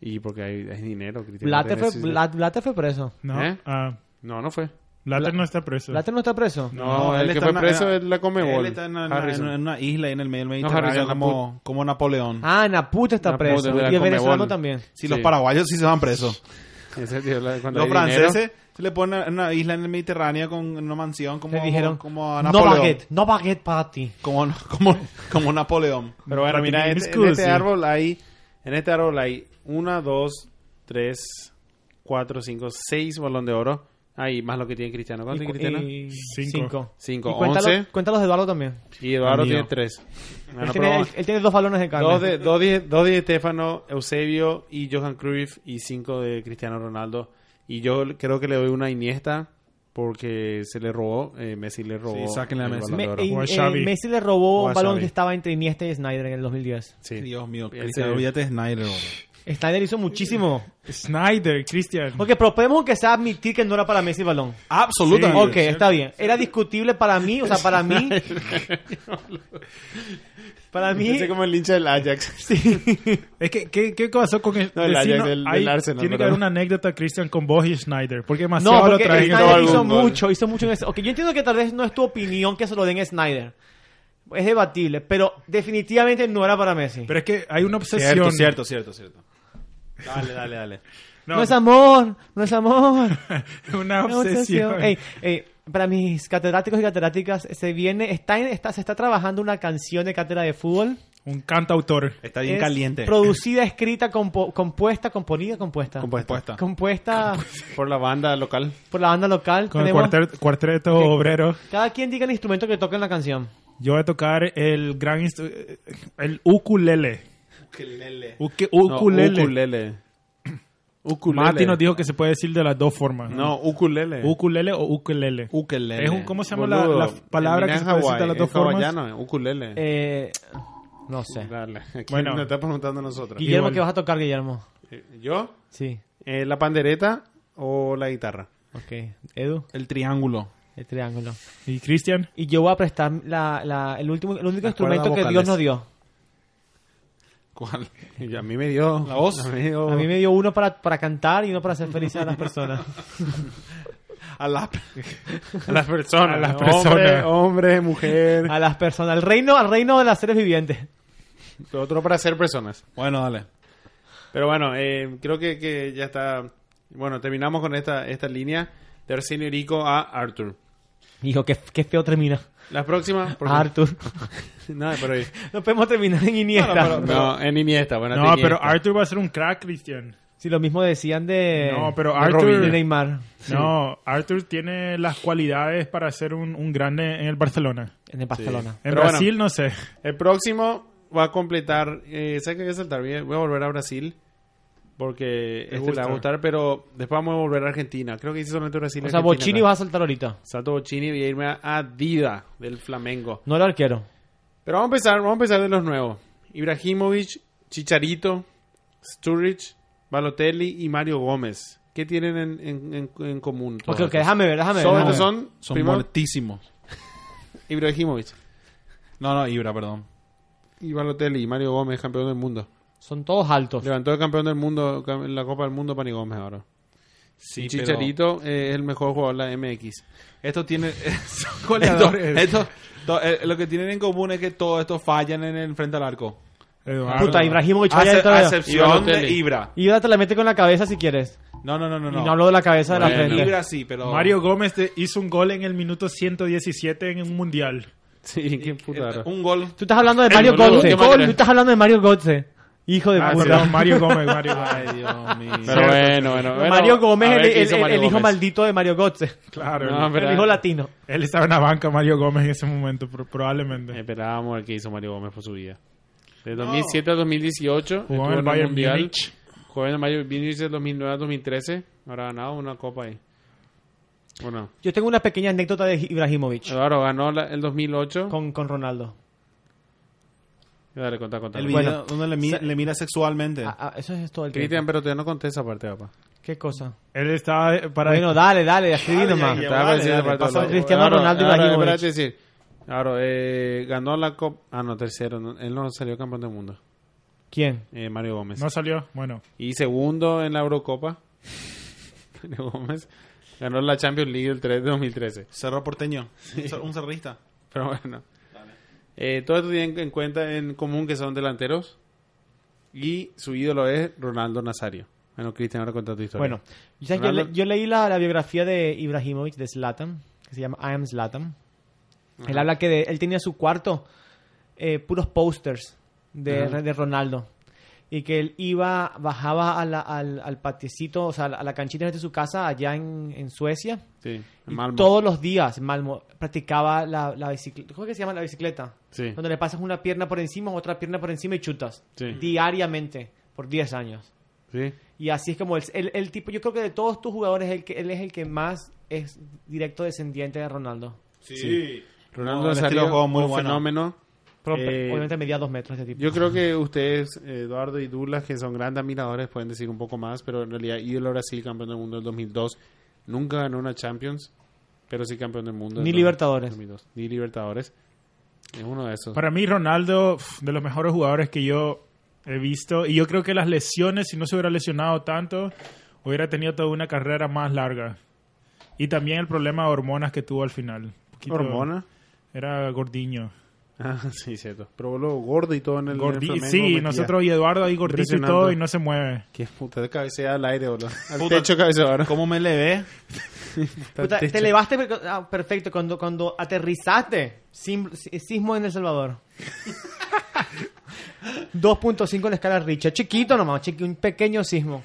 Y porque hay, hay dinero, Cristian. Blatter fue, Necesita- Blat- Blatter fue preso. No, ¿Eh? ah, No, no fue. Blatter no está preso. ¿Blatter no está preso? No, el que fue preso es la Comebol. Él está en una, en Harrison. una- en una isla ahí en el medio del No, Mediterráneo Harrison, como, como Napoleón. Ah, Naput está Naput, preso. de la y el venezolano Conmebol. también. Si sí. los paraguayos sí se van presos. Ese tío, la- cuando Los hay dinero, franceses se le ponen una isla en el Mediterráneo con una mansión como, Le dijeron, como a no Napoleón. baguette, no baguette para ti. Como, como, como Napoleón. Pero bueno, Martin mira, en, Bean en School, este sí. árbol hay. En este árbol hay una, dos, tres, cuatro, cinco, seis bolón de oro. Ahí, más lo que tiene Cristiano. ¿Cuánto Y- tiene Cristiano? y- Cinco. Cinco, Y cuéntalo- once. Cuéntalos de Eduardo también. Y Eduardo Amigo. tiene tres. Bueno, él, pero tiene, él, vamos- él tiene dos balones de carne. dos, de, dos, de, dos de Estefano, Eusebio y Johan Cruyff. Y cinco de Cristiano Ronaldo. Y yo creo que le doy una Iniesta porque se le robó. eh, Messi le robó. Sí, sáquenle a el Messi. Balón de Me- Oro. y- O a eh, Xavi. Messi le robó O a un balón Xavi. que estaba entre Iniesta y Snyder en el 2010. Sí. Dios mío, Ese- Cristiano, olvídate de Snyder. boludo. Snyder hizo muchísimo. Snyder, Christian. Ok, pero podemos que sea admitir que no era para Messi el balón. Absolutamente. Ok, está bien. Era discutible para mí, o sea, para mí. para mí. Ese como el hincha del Ajax. Es que, ¿qué, qué pasó con el, No, el decirnos- Ajax del- del hay- Arsenal, Tiene que pero- haber una anécdota, Christian, con vos y Snyder. Porque demasiado No, lo porque traen. Snyder algún hizo gol. mucho, hizo mucho en ese. Ok, yo entiendo que tal vez no es tu opinión que se lo den a Snyder. Es debatible, pero definitivamente no era para Messi. Pero es que hay una obsesión. Cierto, cierto, cierto, cierto. Dale, dale, dale. no. No, es amor, no es amor. una no es obsesión. obsesión. Ey, ey, para mis catedráticos y catedráticas, se viene, está, en- está- se está trabajando una canción de cátedra de fútbol. Un cantautor. Está bien Es caliente. Producida, escrita, compo- compuesta, componida, compuesta. Compuesta. Compuesta Por la banda local. por la banda local. Con el Tenemos- cuartet- cuarteto Ok. obrero. Cada quien diga el instrumento que toca en la canción. Yo voy a tocar el gran. instru- El ukulele. Ukelele. Uke- No, ukulele. ukulele. Ukulele. Mati nos dijo que se puede decir de las dos formas. No, ukulele. Ukulele o ukulele. Ukelele. Es un, Mm. ¿Cómo se llama la, la Boludo, palabra que termina se en puede decir Hawái, de las dos es formas? hawaiano, eh, ukulele. Eh, no sé. Dale. Aquí Bueno. nos está preguntando a nosotros. Guillermo, Igual. ¿qué vas a tocar, Guillermo? Eh, ¿Yo? Sí. Eh, ¿La pandereta o la guitarra? Ok. Edu, El triángulo. el triángulo. ¿Y Cristian? Y yo voy a prestar la, la- el, último, el único Las instrumento que cuerdas Dios vocales. nos dio. ¿Cuál? Y a mí me dio... ¿La voz? A mí, me dio- Oh. A mí me dio uno para, para cantar y uno para hacer felices a las personas. A la... A las personas. A las Hombre, Ah, personas. hombre, mujer. A las personas. Al reino, al reino de las seres vivientes. Lo otro para ser personas. Bueno, dale. Pero bueno, eh, creo que, que ya está... Bueno, terminamos con esta, esta línea de Arsenio Rico a Arthur. Hijo, qué, qué feo termina. Las próximas... porque- Arthur. No, pero... No podemos terminar en Iniesta. No, en Iniesta. Bueno, No, en pero Iniesta. Arthur va a ser un crack, Cristian. Si lo mismo decían de, No, pero de Arthur- Robinho y Neymar. No, Arthur tiene las cualidades para ser un, un grande en el Barcelona. En el Barcelona. En Pero Brasil, no sé. El próximo va a completar. Eh, sé que voy a saltar bien. Voy a volver a Brasil. Porque este le va a gusta. gustar. Pero después vamos a volver a Argentina. Creo que hice solamente Brasil. y O sea, Argentina, Bochini ¿no? vas a saltar ahorita. Salto Bochini voy a irme a Dida del Flamengo. No el arquero. Pero vamos a empezar. Vamos a empezar de los nuevos: Ibrahimovic, Chicharito, Sturridge, Balotelli y Mario Gómez. ¿Qué tienen en, en- en- en común? todos Ok, ok, estos? déjame ver, déjame ver. Son, déjame ver. son, Son primero, muertísimos. Ibrahimovic No, no, Ibra, perdón. y Balotelli y Mario Gómez, campeón del mundo. Son todos altos. Levantó el campeón del mundo cam- en la Copa del Mundo Pani Gómez ahora. Sí, Y Chicharito eh, es el mejor jugador de la MX. Esto tiene. son goleadores. Esto- to- eh, lo que tienen en común es que todos estos fallan en el frente al arco. Eduardo. Puta, Ibrahimovic A, vaya ce- a todavía. excepción Ibra de Botelli. Ibra. Y ahora te la mete con la cabeza si quieres. No, no, no, no. Y no hablo de la cabeza de la Bueno. frente. Ibra sí, pero. Mario Gómez te- hizo un gol en el minuto 117 en un mundial. Sí, qué puta. eh, raro. un gol. Tú estás hablando de El Mario boludo, Götze. ¿qué más Tú querés? estás hablando de Mario Götze. Hijo de Ah, puta. perdón, Mario Gómez, Mario Gómez. Ay, Dios mío. Pero bueno, bueno, bueno. Mario A Gómez, ver el, qué hizo el- Mario el hijo Gómez. maldito de Mario Götze. Claro. No, pero- El hijo latino. Él estaba en la banca, Mario Gómez, en ese momento, pro- Eh. probablemente. Esperábamos el que hizo Mario Gómez por su vida. De 2007 a 2018 Jugó en estuvo el en el Bayern Mundial. Múnich. Jugó en el Bayern Múnich de 2009 a 2013. Ahora ha ganado una copa ahí. Bueno, Yo tengo una pequeña anécdota de Ibrahimovic Eduardo ganó la- el 2008. con, con Ronaldo. Dale, contá, contá. El Bueno. video donde le, mi- le mira sexualmente. Ah, ah, eso es todo el Cristian, tiempo. pero te no conté esa parte, papá. ¿Qué cosa? Él estaba eh, para... Bueno, dale, dale, escribí nomás. ya, Ah, Estaba vale, diciendo dale, para pasó todos lados. Cristiano Ahora, Ronaldo y ahora, Ibrahimovic. espérate, decir. Claro, eh, ganó la Copa. Ah, no, tercero. no, él no salió campeón del mundo. ¿Quién? eh, Mario Gómez. No salió. Bueno. Y segundo en la Eurocopa. Mario Gómez. Ganó la Champions League el 3 de 2013. Cerro porteño. Un cer- Un cerrista. Pero bueno. Eh, todos estos tienen en cuenta en común que son delanteros. Y su ídolo es Ronaldo Nazario. Bueno, Cristian, ahora contá tu historia. Bueno, o sea, yo, le- Ronaldo- yo leí la, la biografía de Ibrahimovic de Zlatan, que se llama I Am Zlatan. Él habla que de- él tenía su cuarto eh, puros posters de, Ajá. de Ronaldo. Y que él iba, bajaba a la- al, al patiecito, o sea, a la canchita de su casa allá en, en Suecia. sí, Y en Malmo. todos los días en Malmo practicaba la, bicicleta. ¿Cómo es que se llama la bicicleta? Sí. Donde le pasas una pierna por encima, otra pierna por encima y chutas. Sí. Diariamente, por 10 años. Sí. Y así es como el, el, el tipo, yo creo que de todos tus jugadores, el que, él es el que más es directo descendiente de Ronaldo. Sí. Ronaldo No, el estilo salió de juego un muy bueno. fenómeno. Pero, Eh, obviamente medía dos metros este tipo. Yo creo que ustedes, Eduardo y Douglas, que son grandes admiradores, pueden decir un poco más, pero en realidad ídolo Brasil, campeón del mundo del 2002, nunca ganó una Champions, pero sí campeón del mundo. del Ni Libertadores. 2002. Ni Libertadores. Es uno de esos. Para mí, Ronaldo, pf, de los mejores jugadores que yo he visto. Y yo creo que las lesiones, si no se hubiera lesionado tanto, hubiera tenido toda una carrera más larga. Y también el problema de hormonas que tuvo al final. Un poquito- ¿Hormona? Era gordiño. Ah, sí, cierto. Pero boludo, gordo y todo en el Gordi- en el Flamengo, sí, metía. nosotros y Eduardo ahí gordito y todo Impresionante. y no se mueve. Qué puta de cabecea al aire, boludo. Al Puta. techo cabeceador. ¿Cómo me le ve? Puta, te elevaste per- ah, perfecto cuando, cuando aterrizaste. Sim- sismo en El Salvador. 2.5 en la escala Richter. Chiquito nomás, chiqui- un pequeño sismo.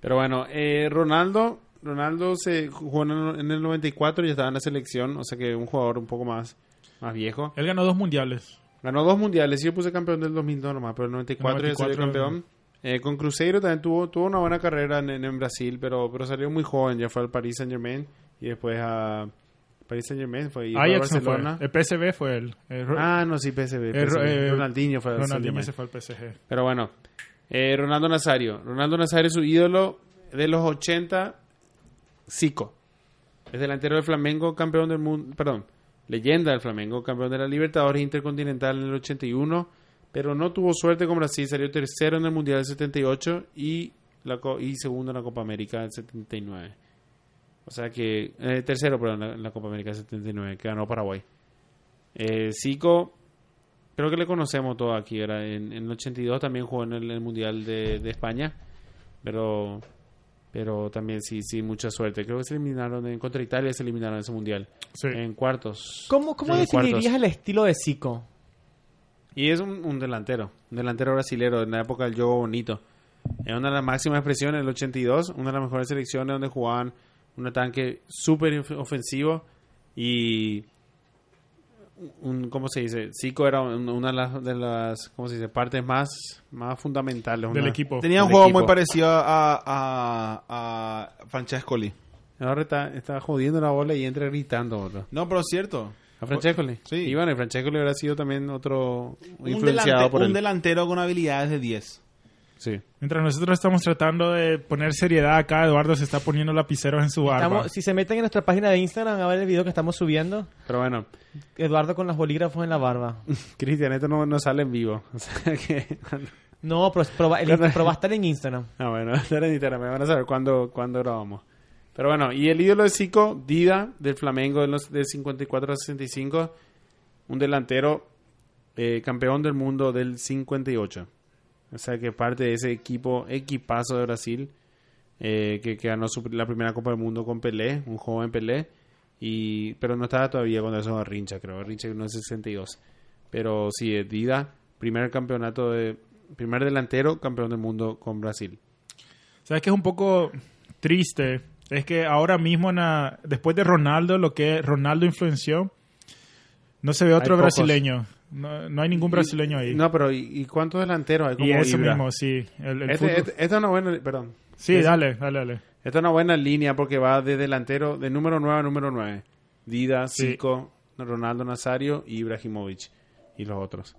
Pero bueno, eh, Ronaldo, Ronaldo se jugó en el en el 94 y estaba en la selección, o sea que un jugador un poco más, más viejo. Él ganó dos mundiales. Ganó dos mundiales, yo puse campeón del 2002 nomás, pero el 94, ya salió 94, campeón. Eh, con Cruzeiro también tuvo, tuvo una buena carrera en, en- en Brasil, pero, pero salió muy joven, ya fue al Paris Saint Germain y después a Paris Saint Germain fue, y fue a Ajax no fue. Barcelona. El PSV fue él. El Ro- Ah, no, sí, PSV. el Ro- PSV. eh, Ronaldinho fue al Saint Ronaldinho Germain. se fue al PSG. Pero bueno, eh, Ronaldo Nazario. Ronaldo Nazario es su ídolo de los 80, Zico. Es delantero del Flamengo, campeón del mundo, perdón, leyenda del Flamengo, campeón de la Libertadores Intercontinental en el 81, pero no tuvo suerte con Brasil, salió tercero en el Mundial del 78 y, la, co- y segundo en la Copa América del 79. O sea que, eh, tercero, perdón, en la, en la Copa América del 79, que ganó Paraguay. Eh, Zico, creo que le conocemos todo aquí, ¿verdad? En, en el 82 también jugó en el, el Mundial de, de España, pero pero también sí, sí, mucha suerte. Creo que se eliminaron, en contra Italia se eliminaron ese Mundial, Sí. en cuartos. ¿Cómo, cómo Sí, definirías cuartos. el estilo de Zico? Y es un, un delantero, un delantero brasilero en la época del juego bonito. Es una de las máximas expresiones del 82, una de las mejores selecciones donde jugaban un ataque súper inf- ofensivo y un, ¿cómo se dice? Zico era un- una de las, de las ¿cómo se dice? partes más, más fundamentales. Del una- equipo. Tenía un El juego equipo. muy parecido a, a, a Francescoli. Ahora está, está jodiendo la bola y entra gritando, boludo. No, pero es cierto. A Francescoli. Sí. Y bueno, y Francescoli habrá sido también otro Un, influenciado delante- por un él. delantero con habilidades de 10. Sí. Mientras nosotros estamos tratando de poner seriedad acá, Eduardo se está poniendo lapiceros en su barba. Estamos- si se meten en nuestra página de Instagram a ver el video que estamos subiendo, Pero bueno, Eduardo con los bolígrafos en la barba. Cristian, esto no, no sale en vivo. O sea que. No, pero, es- pero va- el- Claro. pero va a estar en Instagram. No, Ah, bueno, estar en Instagram, me van a saber cuándo, cuándo grabamos. Pero bueno, y el ídolo de Zico, Dida, del Flamengo, de, los, de 54 a 65, un delantero eh, campeón del mundo del 58. O sea que parte de ese equipo, equipazo de Brasil, eh, que, que ganó su- la primera Copa del Mundo con Pelé, un joven Pelé, y, pero no estaba todavía cuando eso Rincha, creo, Rincha no es 62. Pero sí, eh, Dida, primer campeonato de, primer delantero, campeón del mundo con Brasil. ¿Sabes qué es un poco triste? Es que ahora mismo, en la- después de Ronaldo, lo que Ronaldo influenció, no se ve otro Hay pocos. brasileño. No, no hay ningún brasileño ahí. No, pero ¿y, y cuántos delanteros hay como y eso Ibra? mismo, sí. El, el Este- fútbol- este- esta es una buena, perdón. sí, es- dale, dale, dale. Esta es una buena línea porque va de delantero de número 9 a número 9. Dida, Sí. Zico, Ronaldo Nazario y Ibrahimovic y los otros.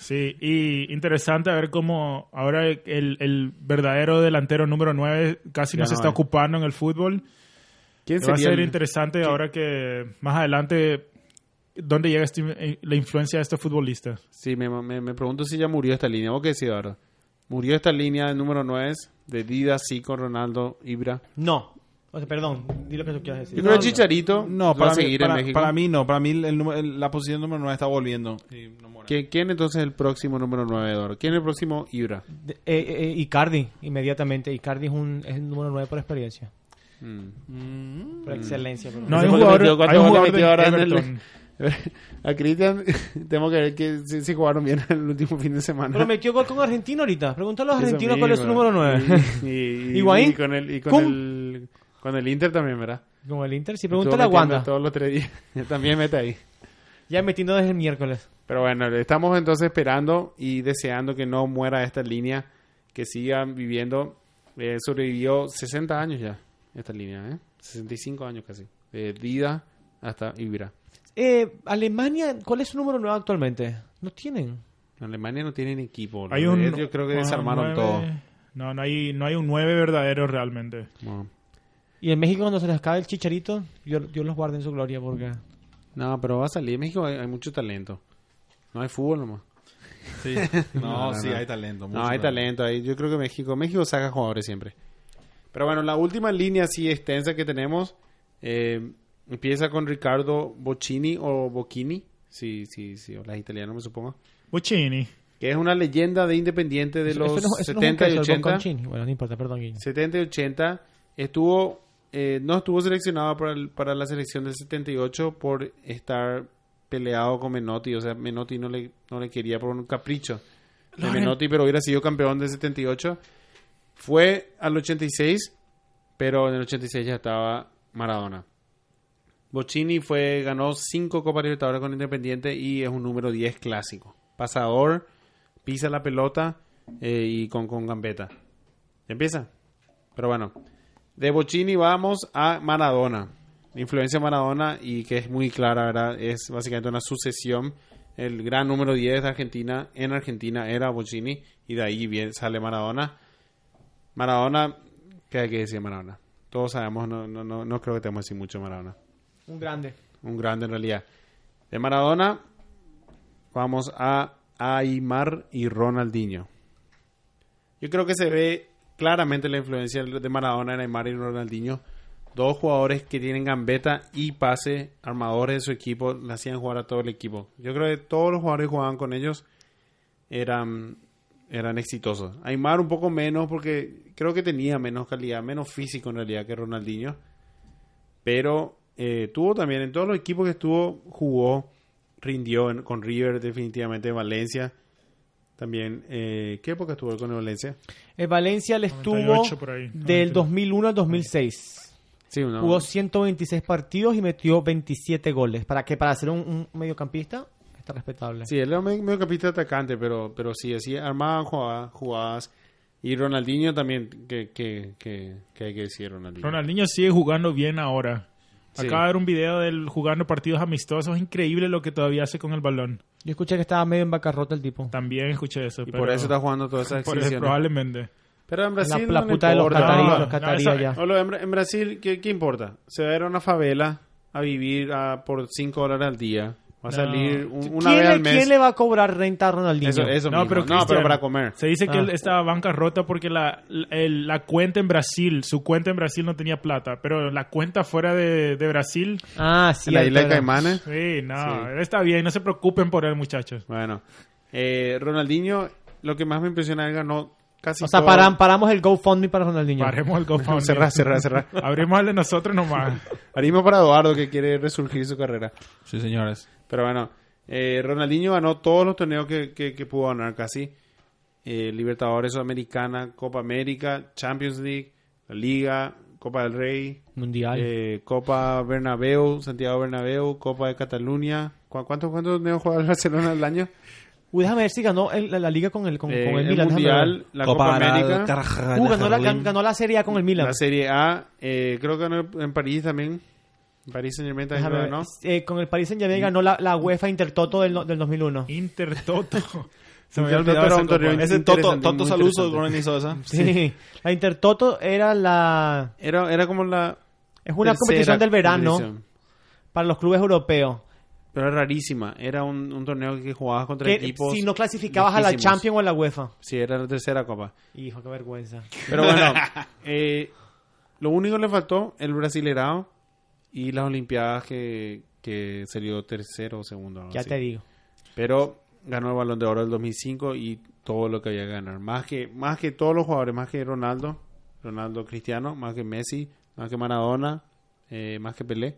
Sí, y interesante ver cómo ahora el, el verdadero delantero número 9 casi Ya no se no está hay. ocupando en el fútbol. ¿Quién Va a sería ser el- interesante ahora que más adelante dónde llega este- la influencia de estos futbolistas. Sí, me, me- me pregunto si ya murió esta línea. ¿Vos qué decís ahora? ¿Murió esta línea de número 9 de Dida, Zico, Ronaldo, Ibra? No, O sea, perdón, di lo que tú quieras decir. Yo creo que Chicharito No, va para a mí, seguir en para, México. para mí no. Para mí el- el número- el- la posición número 9 está volviendo. Sí, no Morata. ¿Qui- ¿Quién entonces es el próximo número 9 de oro? ¿Quién es el próximo Ibra? De- eh, eh, Icardi, inmediatamente. Icardi es, un, es el número 9 por experiencia. Mm. Por excelencia. por- No, Ese hay fue un el que jugador, metió- ¿cuántos hay un goles jugador metió de ahora en el- Everton. A Cristian, tengo que ver que si, si jugaron bien el último fin de semana. Pero metió gol con Argentina ahorita. Pregúntale a los Eso argentinos mismo. cuál es su número 9. Y, y- y- ¿Higuaín? y con el, y con ¿Cum? el, con el Inter también, ¿verdad? Como el Inter, sí, Estuvo pregúntale a metiendo Wanda. Todos los tres días. También mete ahí. Ya metiendo desde el miércoles. Pero bueno, le estamos entonces esperando y deseando que no muera esta línea, que siga viviendo. Eh, sobrevivió 60 años ya esta línea, ¿eh? 65 años casi. De Dida hasta Ibra. Eh, Alemania, ¿cuál es su número 9 actualmente? No tienen. Alemania no tienen equipo. ¿no? Hay un- Eh, Yo creo que ah, desarmaron nueve- todo. No, no hay, no hay un 9 verdadero realmente. Bueno. Y en México cuando se les acabe el chicharito, Dios, Dios los guarde en su gloria porque... No, pero va a salir. En México hay, hay mucho talento. No hay fútbol nomás. Sí. No, sí, hay talento. mucho No, hay talento ahí. Yo creo que México, México saca jugadores siempre. Pero bueno, la última línea así extensa que tenemos eh, empieza con Ricardo Bocchini o Bocchini, si sí, sí, o las italianas me supongo, Puccini. que es una leyenda de Independiente de Eso- los eso no- eso no es un 70 y caso, el 80. Bonconchini. Bueno, no importa, perdón, Guiño. 70 y 80 estuvo eh, no estuvo seleccionado para, el- para la selección del 78 por estar peleado con Menotti, o sea, Menotti no le, no le quería por un capricho de Loren. Menotti, pero hubiera sido campeón del 78. Fue al 86, pero en el 86 ya estaba Maradona. Bocini fue, ganó 5 Copa Libertadores con Independiente y es un número 10 clásico. Pasador, pisa la pelota eh, y con, con gambeta. ¿Ya empieza? Pero bueno, de Bocini vamos a Maradona. La influencia de Maradona y que es muy clara, ¿verdad? Es básicamente una sucesión. El gran número 10 de Argentina en Argentina era Bocini y de ahí viene, sale Maradona. Maradona, ¿qué hay que decir de Maradona? Todos sabemos, no, no, no, no creo que tengamos que decir mucho de Maradona. Un grande. Un grande en realidad. De Maradona vamos a Aymar y Ronaldinho. Yo creo que se ve claramente la influencia de Maradona en Aymar y Ronaldinho. Dos jugadores que tienen gambeta y pase, armadores de su equipo, le hacían jugar a todo el equipo. Yo creo que todos los jugadores que jugaban con ellos eran, eran exitosos. Aymar un poco menos porque creo que tenía menos calidad, menos físico en realidad que Ronaldinho pero eh, tuvo también en todos los equipos que estuvo, jugó, rindió en- con River definitivamente, Valencia también. eh, ¿Qué época estuvo él con el Valencia? El Valencia le estuvo 98 por ahí, del 98. 2001 al 2006. Sí, una- Jugó 126 partidos y metió 27 goles. ¿Para que Para ser un, un mediocampista está respetable. sí, él era un medio- mediocampista atacante, pero, pero sí, así armaban jugadas, jugadas. Y Ronaldinho también, que, que, que, que hay que decir, Ronaldinho. Ronaldinho sigue jugando bien ahora. Sí. Acaba de ver un video de él jugando partidos amistosos. Increíble lo que todavía hace con el balón. Yo escuché que estaba medio en bancarrota el tipo. También escuché eso. y pero- por eso está jugando todas esas por- exhibiciones. Probablemente. Pero en La, Brasil la no le puta de los importa. cataríes, No, los no, cataríes eso- ya. Hola, en, Bra- en Brasil, ¿qué, qué importa? Se va a ir a una favela a vivir a- por 5 dólares al día. Va a No. salir un- una ¿Quién, vez le- al mes. quién le va a cobrar renta a Ronaldinho? Eso, eso mismo. no, Cristian, pero para comer. Se dice que Ah. él estaba bancarrota porque la, la- el- la cuenta en Brasil, su cuenta en Brasil no tenía plata. Pero la cuenta fuera de, de Brasil, Ah, sí. En la ahí isla de está. Caimanes. sí, no. Sí. él Está bien, no se preocupen por él, muchachos. Bueno. Eh, Ronaldinho, lo que más me impresiona es que ganó casi O sea, todo. paran- paramos el GoFundMe para Ronaldinho. Paremos el GoFundMe. Cerrar, cerrar, cerrar. Abrimos el de nosotros nomás. Harimo para Eduardo, que quiere resurgir su carrera. Sí, señores. Pero bueno, eh, Ronaldinho ganó todos los torneos que, que- que pudo ganar casi. Eh, Libertadores Sudamericana, Copa América, Champions League, La Liga, Copa del Rey, Mundial. eh, Copa Bernabéu, Santiago Bernabéu, Copa de Cataluña. ¿Cu- ¿Cuántos cuántos torneos juega el Barcelona al año? Uy, déjame ver si ganó el- la, la liga con el, con, Eh, con el, el Milan. déjame Mundial, Ah, la Copa, América, ver. Uh, ganó la, gan- ganó la Serie A con el Milan. la Serie A, eh, creo que ganó en París también. En París Saint Germain también Déjame creo que ver. ganó. Eh, con el Paris Saint Germain ganó la, la UEFA Intertoto del, no- del 2001. Intertoto. Se me Entonces, había era olvidado esa un torneo copa. Ese Toto, interesante, Toto muy Saluso interesante. organizó esa. Sí. La Intertoto era la. Era, era como la. Es una tercera competición del verano competición. para los clubes europeos. Pero era rarísima. Era un, un torneo que jugabas contra Que equipos. si no clasificabas a la loquísimos. Champions o a la UEFA. Sí, era la tercera copa. Hijo, qué vergüenza. Pero bueno, eh, Lo único que le faltó, el Brasilerao y las Olimpiadas que, que salió tercero o segundo. algo Ya así. te digo. Pero ganó el Balón de Oro del 2005 y todo lo que había que ganar. Más que, más que todos los jugadores, más que Ronaldo, Ronaldo Cristiano, más que Messi, más que Maradona, eh, más que Pelé.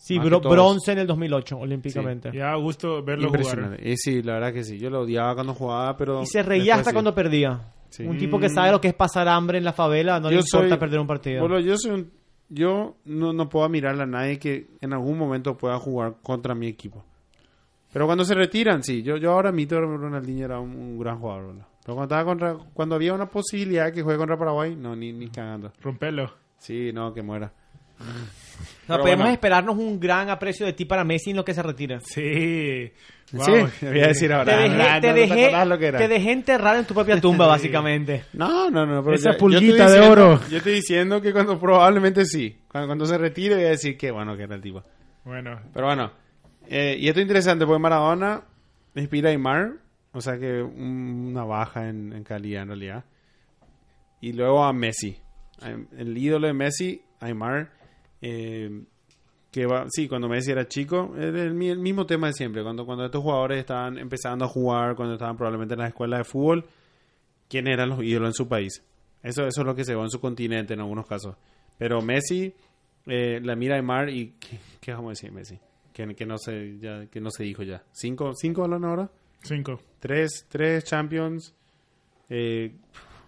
Sí, Más que bro- todos. bronce en el 2008, olímpicamente. Ya, gusto verlo jugar. Impresionante. Eh, sí, la verdad que sí. Yo lo odiaba cuando jugaba, pero... Y se después reía hasta sí. cuando perdía. Sí. Un tipo que sabe lo que es pasar hambre en la favela, no le Yo importa soy- perder un partido. Boludo, yo soy un- yo no, no puedo mirarle a nadie que en algún momento pueda jugar contra mi equipo. Pero cuando se retiran, sí. Yo, yo ahora admito que Ronaldinho era un, un gran jugador. boludo. Pero cuando, estaba contra, cuando había una posibilidad de que juegue contra Paraguay, no, ni, ni cagando. Rompelo. Sí, no, que muera. O sea, Pero podemos bueno. esperarnos un gran aprecio de ti para Messi en lo que se retira. Sí. Wow. Sí, voy a decir Te ahora. dejé, Ah, no, te no dejé- acordás lo que era. te dejé enterrar en tu propia tumba, básicamente. No, no, no. pero yo- yo Esa estoy pulguita de diciendo- oro. Yo estoy diciendo que cuando probablemente sí. Cuando, cuando se retire voy a decir que bueno que era el tipo. Bueno, Pero bueno, eh, y esto es interesante porque Maradona inspira a Aymar, o sea que un- una baja en, en calidad en realidad. Y luego a Messi, a- el ídolo de Messi, Aymar, eh, que va, sí, cuando Messi era chico, era el, mi- el mismo tema de siempre, cuando, cuando estos jugadores estaban empezando a jugar, cuando estaban probablemente en la escuela de fútbol, quiénes eran los ídolos en su país. Eso, eso es lo que se ve en su continente en algunos casos. Pero Messi, eh, la mira de Mar y ¿qué, qué vamos a decir Messi? Que, que no se ya, que no se dijo ya. Cinco, cinco balones ahora, cinco. tres, tres Champions. Eh,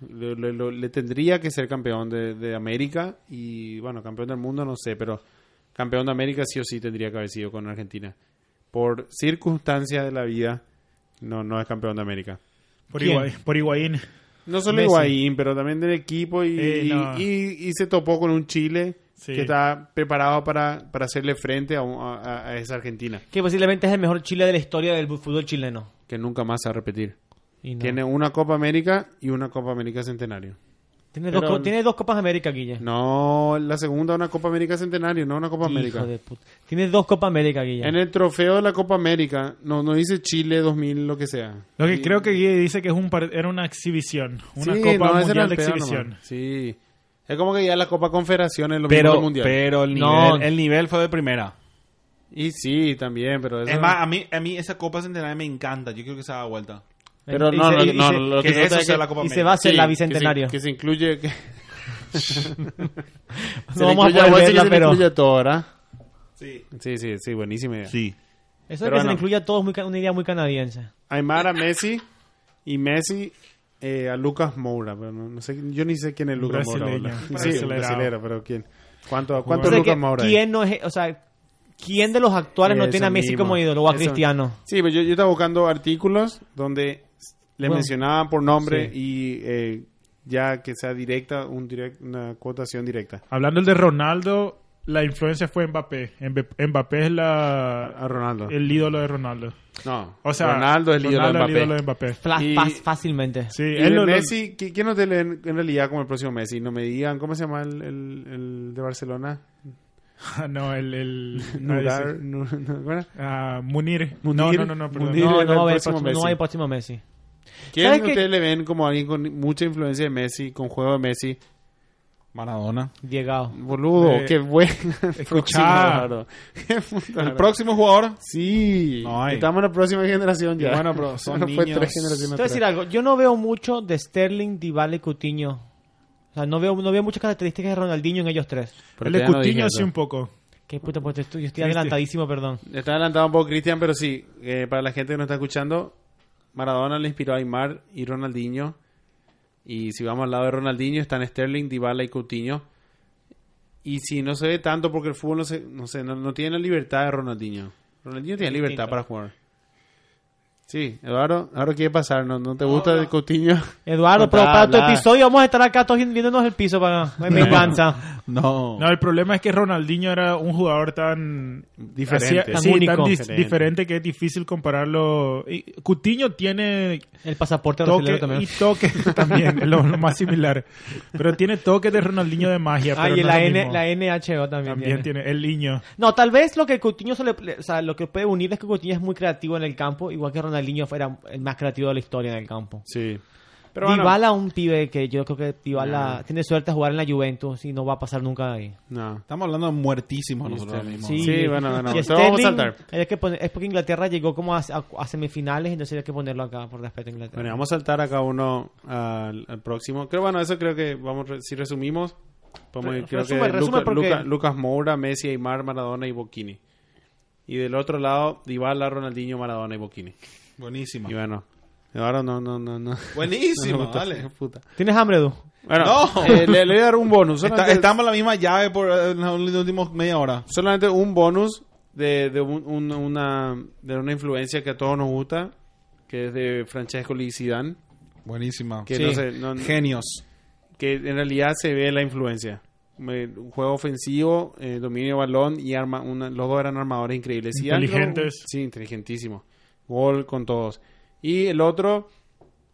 lo- lo- lo- le tendría que ser campeón de, de América y bueno, campeón del mundo no sé, pero campeón de América sí o sí tendría que haber sido con Argentina. Por circunstancias de la vida, no, no es campeón de América. Por, ¿Quién? Higuaín, por Higuaín. No solo Messi. Higuaín, pero también del equipo y, Eh, no. y- y se topó con un Chile Sí. que está preparado para, para hacerle frente a, un- a- a esa Argentina, Que posiblemente es el mejor Chile de la historia del fútbol chileno. que nunca más se va a repetir. Y no. Tiene una Copa América y una Copa América Centenario. Tiene, dos, pero- co- tiene dos Copas América, Guille. No, la segunda una Copa América Centenario, no una Copa Hijo América. de puta. Tiene dos Copa América, Guille. En el trofeo de la Copa América, no, no dice Chile 2000, lo que sea. Lo que Y- creo que Guille dice que es un par- era una exhibición. Una Sí, copa no, ese era mundial el de pedo exhibición. nomás. Sí. Es como que ya la Copa Confederación es lo mismo que Pero, el Mundial. pero el, nivel, No. el nivel fue de primera. Y sí, también, pero eso- Es más, a mí, a mí esa Copa Centenario me encanta. Yo creo que se haga vuelta. Pero Y no, se- no, y no, se- lo que, que trata eso es sea que- la y Copa América. se va a hacer sí, la que se- Bicentenario. Que se, incluye. Que, se no le vamos a incluye poder bolsa y que verla, se le pero... incluye todo, ¿verdad? Sí. Sí, sí, sí, buenísima idea. Sí. Eso de Pero que se le bueno. incluya a todos es muy ca- una idea muy canadiense. Aymar a Messi y Messi eh, a Lucas Moura. Pero no, no sé, yo ni sé quién es Lucas Brasileño. Moura. boludo. Sí, Brasileño. brasileño, pero ¿quién? ¿Cuánto, cuánto Entonces, Lucas ¿qué- Moura hay? ¿Quién no es... O sea, ¿quién de los actuales no Eso tiene a Messi mismo. como ídolo o a Eso- Cristiano? Sí, pero yo, yo estaba buscando artículos donde le Bueno. mencionaban por nombre y eh, ya que sea directa, un direct- una cotación directa. Hablando de Ronaldo, la influencia fue Mbappé. Mbe- Mbappé es la, A Ronaldo. el ídolo de Ronaldo. No. O sea, Ronaldo es el ídolo de Ronaldo Mbappé. es el ídolo de Mbappé. Fla- Y- fas- fácilmente. Sí, Y él de lo- lo- Messi, ¿qui- ¿quién no te lee en en realidad como el próximo Messi? No me digan, ¿cómo se llama el, el- el de Barcelona? Ah, no, el... el Nular, nadie nu- nu- ¿cómo era? se- Ah, Munir. Munir, No, no, no, no, perdón. Munir. No, Mira, no va a haber el próximo próximo- no Messi. hay próximo Messi. ¿Quién ¿Sabes qué? ustedes le ven como alguien con mucha influencia de Messi, con juego de Messi? Maradona. Llegado. Boludo, Eh, qué bueno. escuchá. ¿El próximo jugador? Sí, No hay. estamos en la próxima generación ya. Y bueno, pero son No fue niños. tres generaciones Te voy a decir atrás. algo. Yo no veo mucho de Sterling, Dybala y Coutinho. O sea, no veo, no veo muchas características de Ronaldinho en ellos tres. El de Coutinho sí un poco. Qué puta, pues estoy- yo estoy adelantadísimo, perdón. Está adelantado un poco Cristian, pero sí, eh, para la gente que nos está escuchando, Maradona le inspiró a Aymar y Ronaldinho. Y si vamos al lado de Ronaldinho, están Sterling, Dybala y Coutinho. Y si no se ve tanto porque el fútbol no, se, no, sé, no, no tiene la libertad de Ronaldinho. Ronaldinho tiene libertad para jugar. Sí, Eduardo, ahora quiere pasar, ¿no, no te gusta el Coutinho? Eduardo, No, pero está, para tu habla. episodio vamos a estar acá todos viéndonos el piso para en venganza. No. No, el problema es que Ronaldinho era un jugador tan Diferente. hacía- Tan sí, único. tan dis- Diferente. diferente que es difícil compararlo. Y Coutinho tiene El pasaporte toque brasileño también. y toque también, es lo, lo más similar. Pero tiene toque de Ronaldinho de magia. Ah, pero y no la, es lo N, mismo. la NHO también, También tiene. tiene el niño. No, tal vez lo que Coutinho se le- le- o sea, lo que puede unir es que Coutinho es muy creativo en el campo, igual que Ronaldinho fuera el más creativo de la historia en el campo. Sí. Pero bueno. Dybala, un pibe que yo creo que Dybala tiene suerte de jugar en la Juventus y no va a pasar nunca ahí. No. Estamos hablando de muertísimos nosotros mismos. Sí, bueno, bueno, Si te vamos a Sterling, saltar. hay que poner- es porque Inglaterra llegó como a, a- a semifinales, entonces hay que ponerlo acá por respeto a Inglaterra. Bueno, y vamos a saltar acá uno al, al próximo. Creo, bueno, eso creo que vamos, re- si resumimos, podemos ir- Re- creo resume, que resume Luca- porque- Luca- Lucas Moura, Messi, Aymar, Maradona y Bocchini. Y del otro lado, Dybala, Ronaldinho, Maradona y Bocchini. Buenísimo. Y bueno, ahora no, no, no, no. Buenísimo, me gustó, dale. puta. ¿Tienes hambre, Edu? Bueno, No. eh, le, le voy a dar un bonus. Está- Solamente, estamos en la misma llave por eh, en la última media hora. solamente un bonus de, de un- un- una, de una influencia que a todos nos gusta, que es de Francesco Licidán. Buenísima. Que Sí. no sé, no- Genios. que en realidad se ve la influencia. Me- Un juego ofensivo, eh, dominio de balón y arma. Una, los dos eran armadores increíbles. Sí, algo- Inteligentes. sí, inteligentísimo. Gol con todos. Y el otro,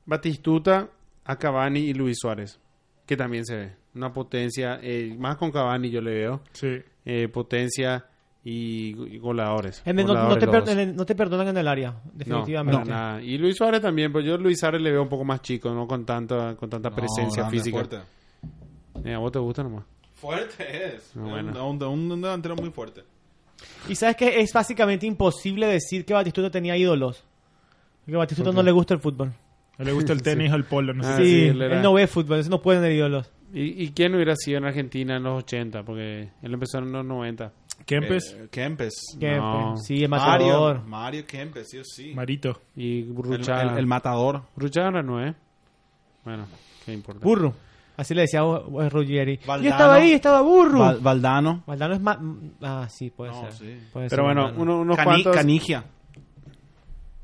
Batistuta, a Cavani y Luis Suárez, que también se ve. Una potencia, eh, más con Cavani yo le veo, Sí. eh, potencia y, y goleadores. En el- no, no Goleadores te los per- dos. en el- no te perdonan en el área, No, definitivamente. para nada. Y Luis Suárez también, pero yo a Luis Suárez le veo un poco más chico, no con tanta, con tanta presencia No, grande, física. Fuerte. Eh, a vos te gusta nomás. Fuerte es. No, bueno. un, un- un delantero muy fuerte. Y sabes que es básicamente imposible decir que Batistuta tenía ídolos. Porque a Batistuta no le gusta el fútbol. A él le gusta el tenis o el polo, no Ah, sé. sí, sí, él él, era- no ve fútbol, entonces no pueden tener ídolos. ¿Y, y quién hubiera sido en Argentina en los 80? Porque él empezó en los 90. Kempes, Eh, Kempes. Que, No. pues, Sí, es Mario, matador. Mario Kempes, sí o sí. Marito. Y El, Burruchaga. el- el matador. Burruchaga era 9. Bueno, qué importa. Burro. Así le decía eh, Ruggeri. Yo Valdano. estaba ahí, estaba burro. Val- Valdano. Valdano es más... Ah, sí, puede No, ser. sí. Puede ser Pero bueno, Valdano. uno- unos Cani- cuantos. Canigia.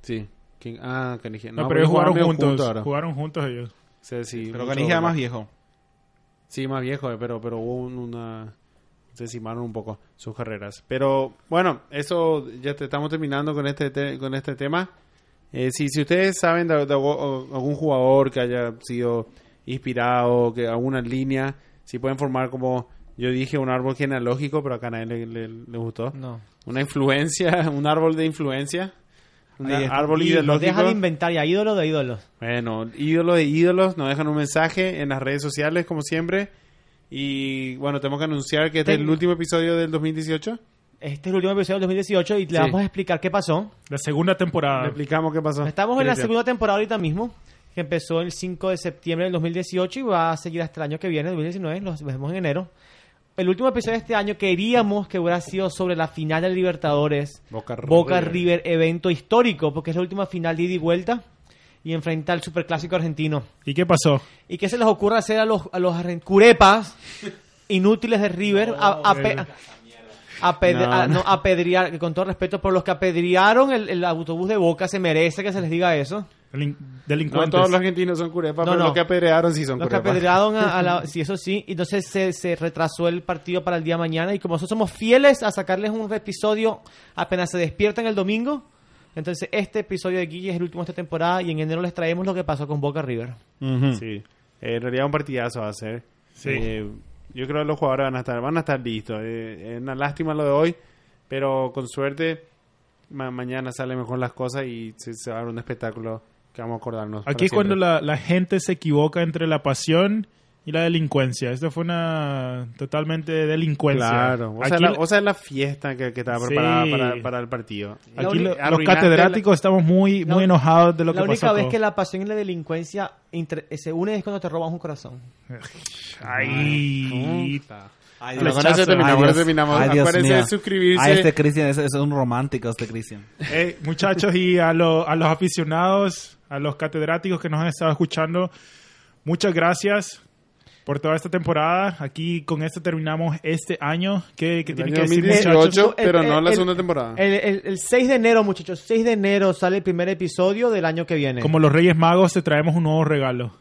Sí. ¿Quién? Ah, Canigia. No, porque pero ellos jugaron medio juntos. juntos ahora. jugaron juntos ellos. Sí, sí, Pero mucho Canigia es gol. más viejo. Sí, más viejo, eh, pero, pero hubo un- una... Se cimaron un poco sus carreras. Pero bueno, eso ya te estamos terminando con este, te- con este tema. Eh, si, si ustedes saben de, de algo- algún jugador que haya sido inspirado, que alguna línea, si pueden formar como yo dije, un árbol genealógico, pero acá a nadie le, le- le gustó. No. Una influencia, un árbol de influencia, un Ahí está. árbol Y no ideológico. deja de inventar ya ídolo de ídolos. Bueno, ídolos de ídolos, nos dejan un mensaje en las redes sociales, como siempre. Y bueno, tenemos que anunciar que este es el Ten- último episodio del 2018. Este es el último episodio del 2018 y le Sí. vamos a explicar qué pasó. La segunda Le temporada. explicamos qué pasó. Ah. Estamos en la Cristian. segunda temporada ahorita mismo, que empezó el 5 de septiembre del 2018 y va a seguir hasta el año que viene, 2019, nos vemos en enero. El último episodio de este año queríamos que hubiera sido sobre la final de Libertadores, Boca River. Boca River, evento histórico, porque es la última final de ida y vuelta y enfrentar al Superclásico argentino. ¿Y qué pasó? ¿Y qué se les ocurre hacer a los, a los arren- curepas inútiles de River? a, a pe- apedre- No, a- no. no, apedrear, que con todo respeto, por los que apedrearon el, el autobús de Boca, se merece que se les diga eso. Delin- No Delincuentes. todos los argentinos son curepas, No, pero no. los que apedrearon sí son Los que curepas. apedrearon a, a la... Sí, eso sí. Y Entonces se, se retrasó el partido para el día de mañana y como nosotros somos fieles a sacarles un episodio apenas se despiertan el domingo, entonces este episodio de Guille es el último de esta temporada y en enero les traemos lo que pasó con Boca River. Sí. Eh, en realidad un partidazo va a ser. Sí. Eh, yo creo que los jugadores van a estar, van a estar listos. Eh, es una lástima lo de hoy, pero con suerte ma- mañana salen mejor las cosas y se, se va a dar un espectáculo que vamos a acordarnos. Aquí para es cuando siempre. la, la gente se equivoca entre la pasión y la delincuencia. Esta fue una totalmente delincuencia. Claro, o sea, Aquí- la, o sea, la fiesta que, que estaba Sí. preparada para, para el partido. La Aquí uni- lo- los arruinaste catedráticos estamos muy, la muy uni- enojados de lo la que única pasó. vez que la pasión y la delincuencia inter- se unen es cuando te roban un corazón. Ay, Ay, Bueno, con eso terminamos, con eso terminamos. Acuérdense de suscribirse. A este Cristian, es, es un romántico este Cristian. Eh, muchachos y a, lo- a los aficionados, a los catedráticos que nos han estado escuchando, muchas gracias por toda esta temporada. Aquí con esto terminamos este año. ¿Qué, qué Eh, El año tienen que decir 2018, muchachos? pero no la segunda temporada. El, el- el 6 de enero, muchachos, 6 de enero sale el primer episodio del año que viene. Como los Reyes Magos te traemos un nuevo regalo.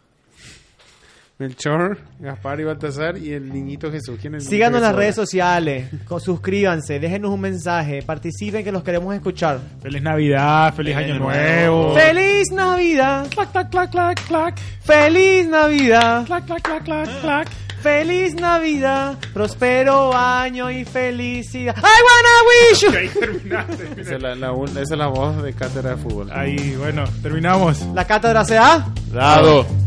Melchor, Gaspar y Baltasar y el niñito Jesús. ¿Quién es el Síganos en niñito las redes Jesús? sociales, co- suscríbanse, déjenos un mensaje, participen que los queremos escuchar. Feliz Navidad, feliz Feliz Año Año Oh. Nuevo. ¡Feliz Navidad! Clac, clac, clac, clac, clac. ¡Feliz Navidad! Clac, clac, clac, clac, clac. ¡Feliz Navidad! ¡Prospero año y felicidad! ¡I wanna wish you! Ahí terminaste. Esa es la, la- esa es la voz de Cátedra de Fútbol. Ahí, bueno, terminamos. La cátedra se ha... Dado.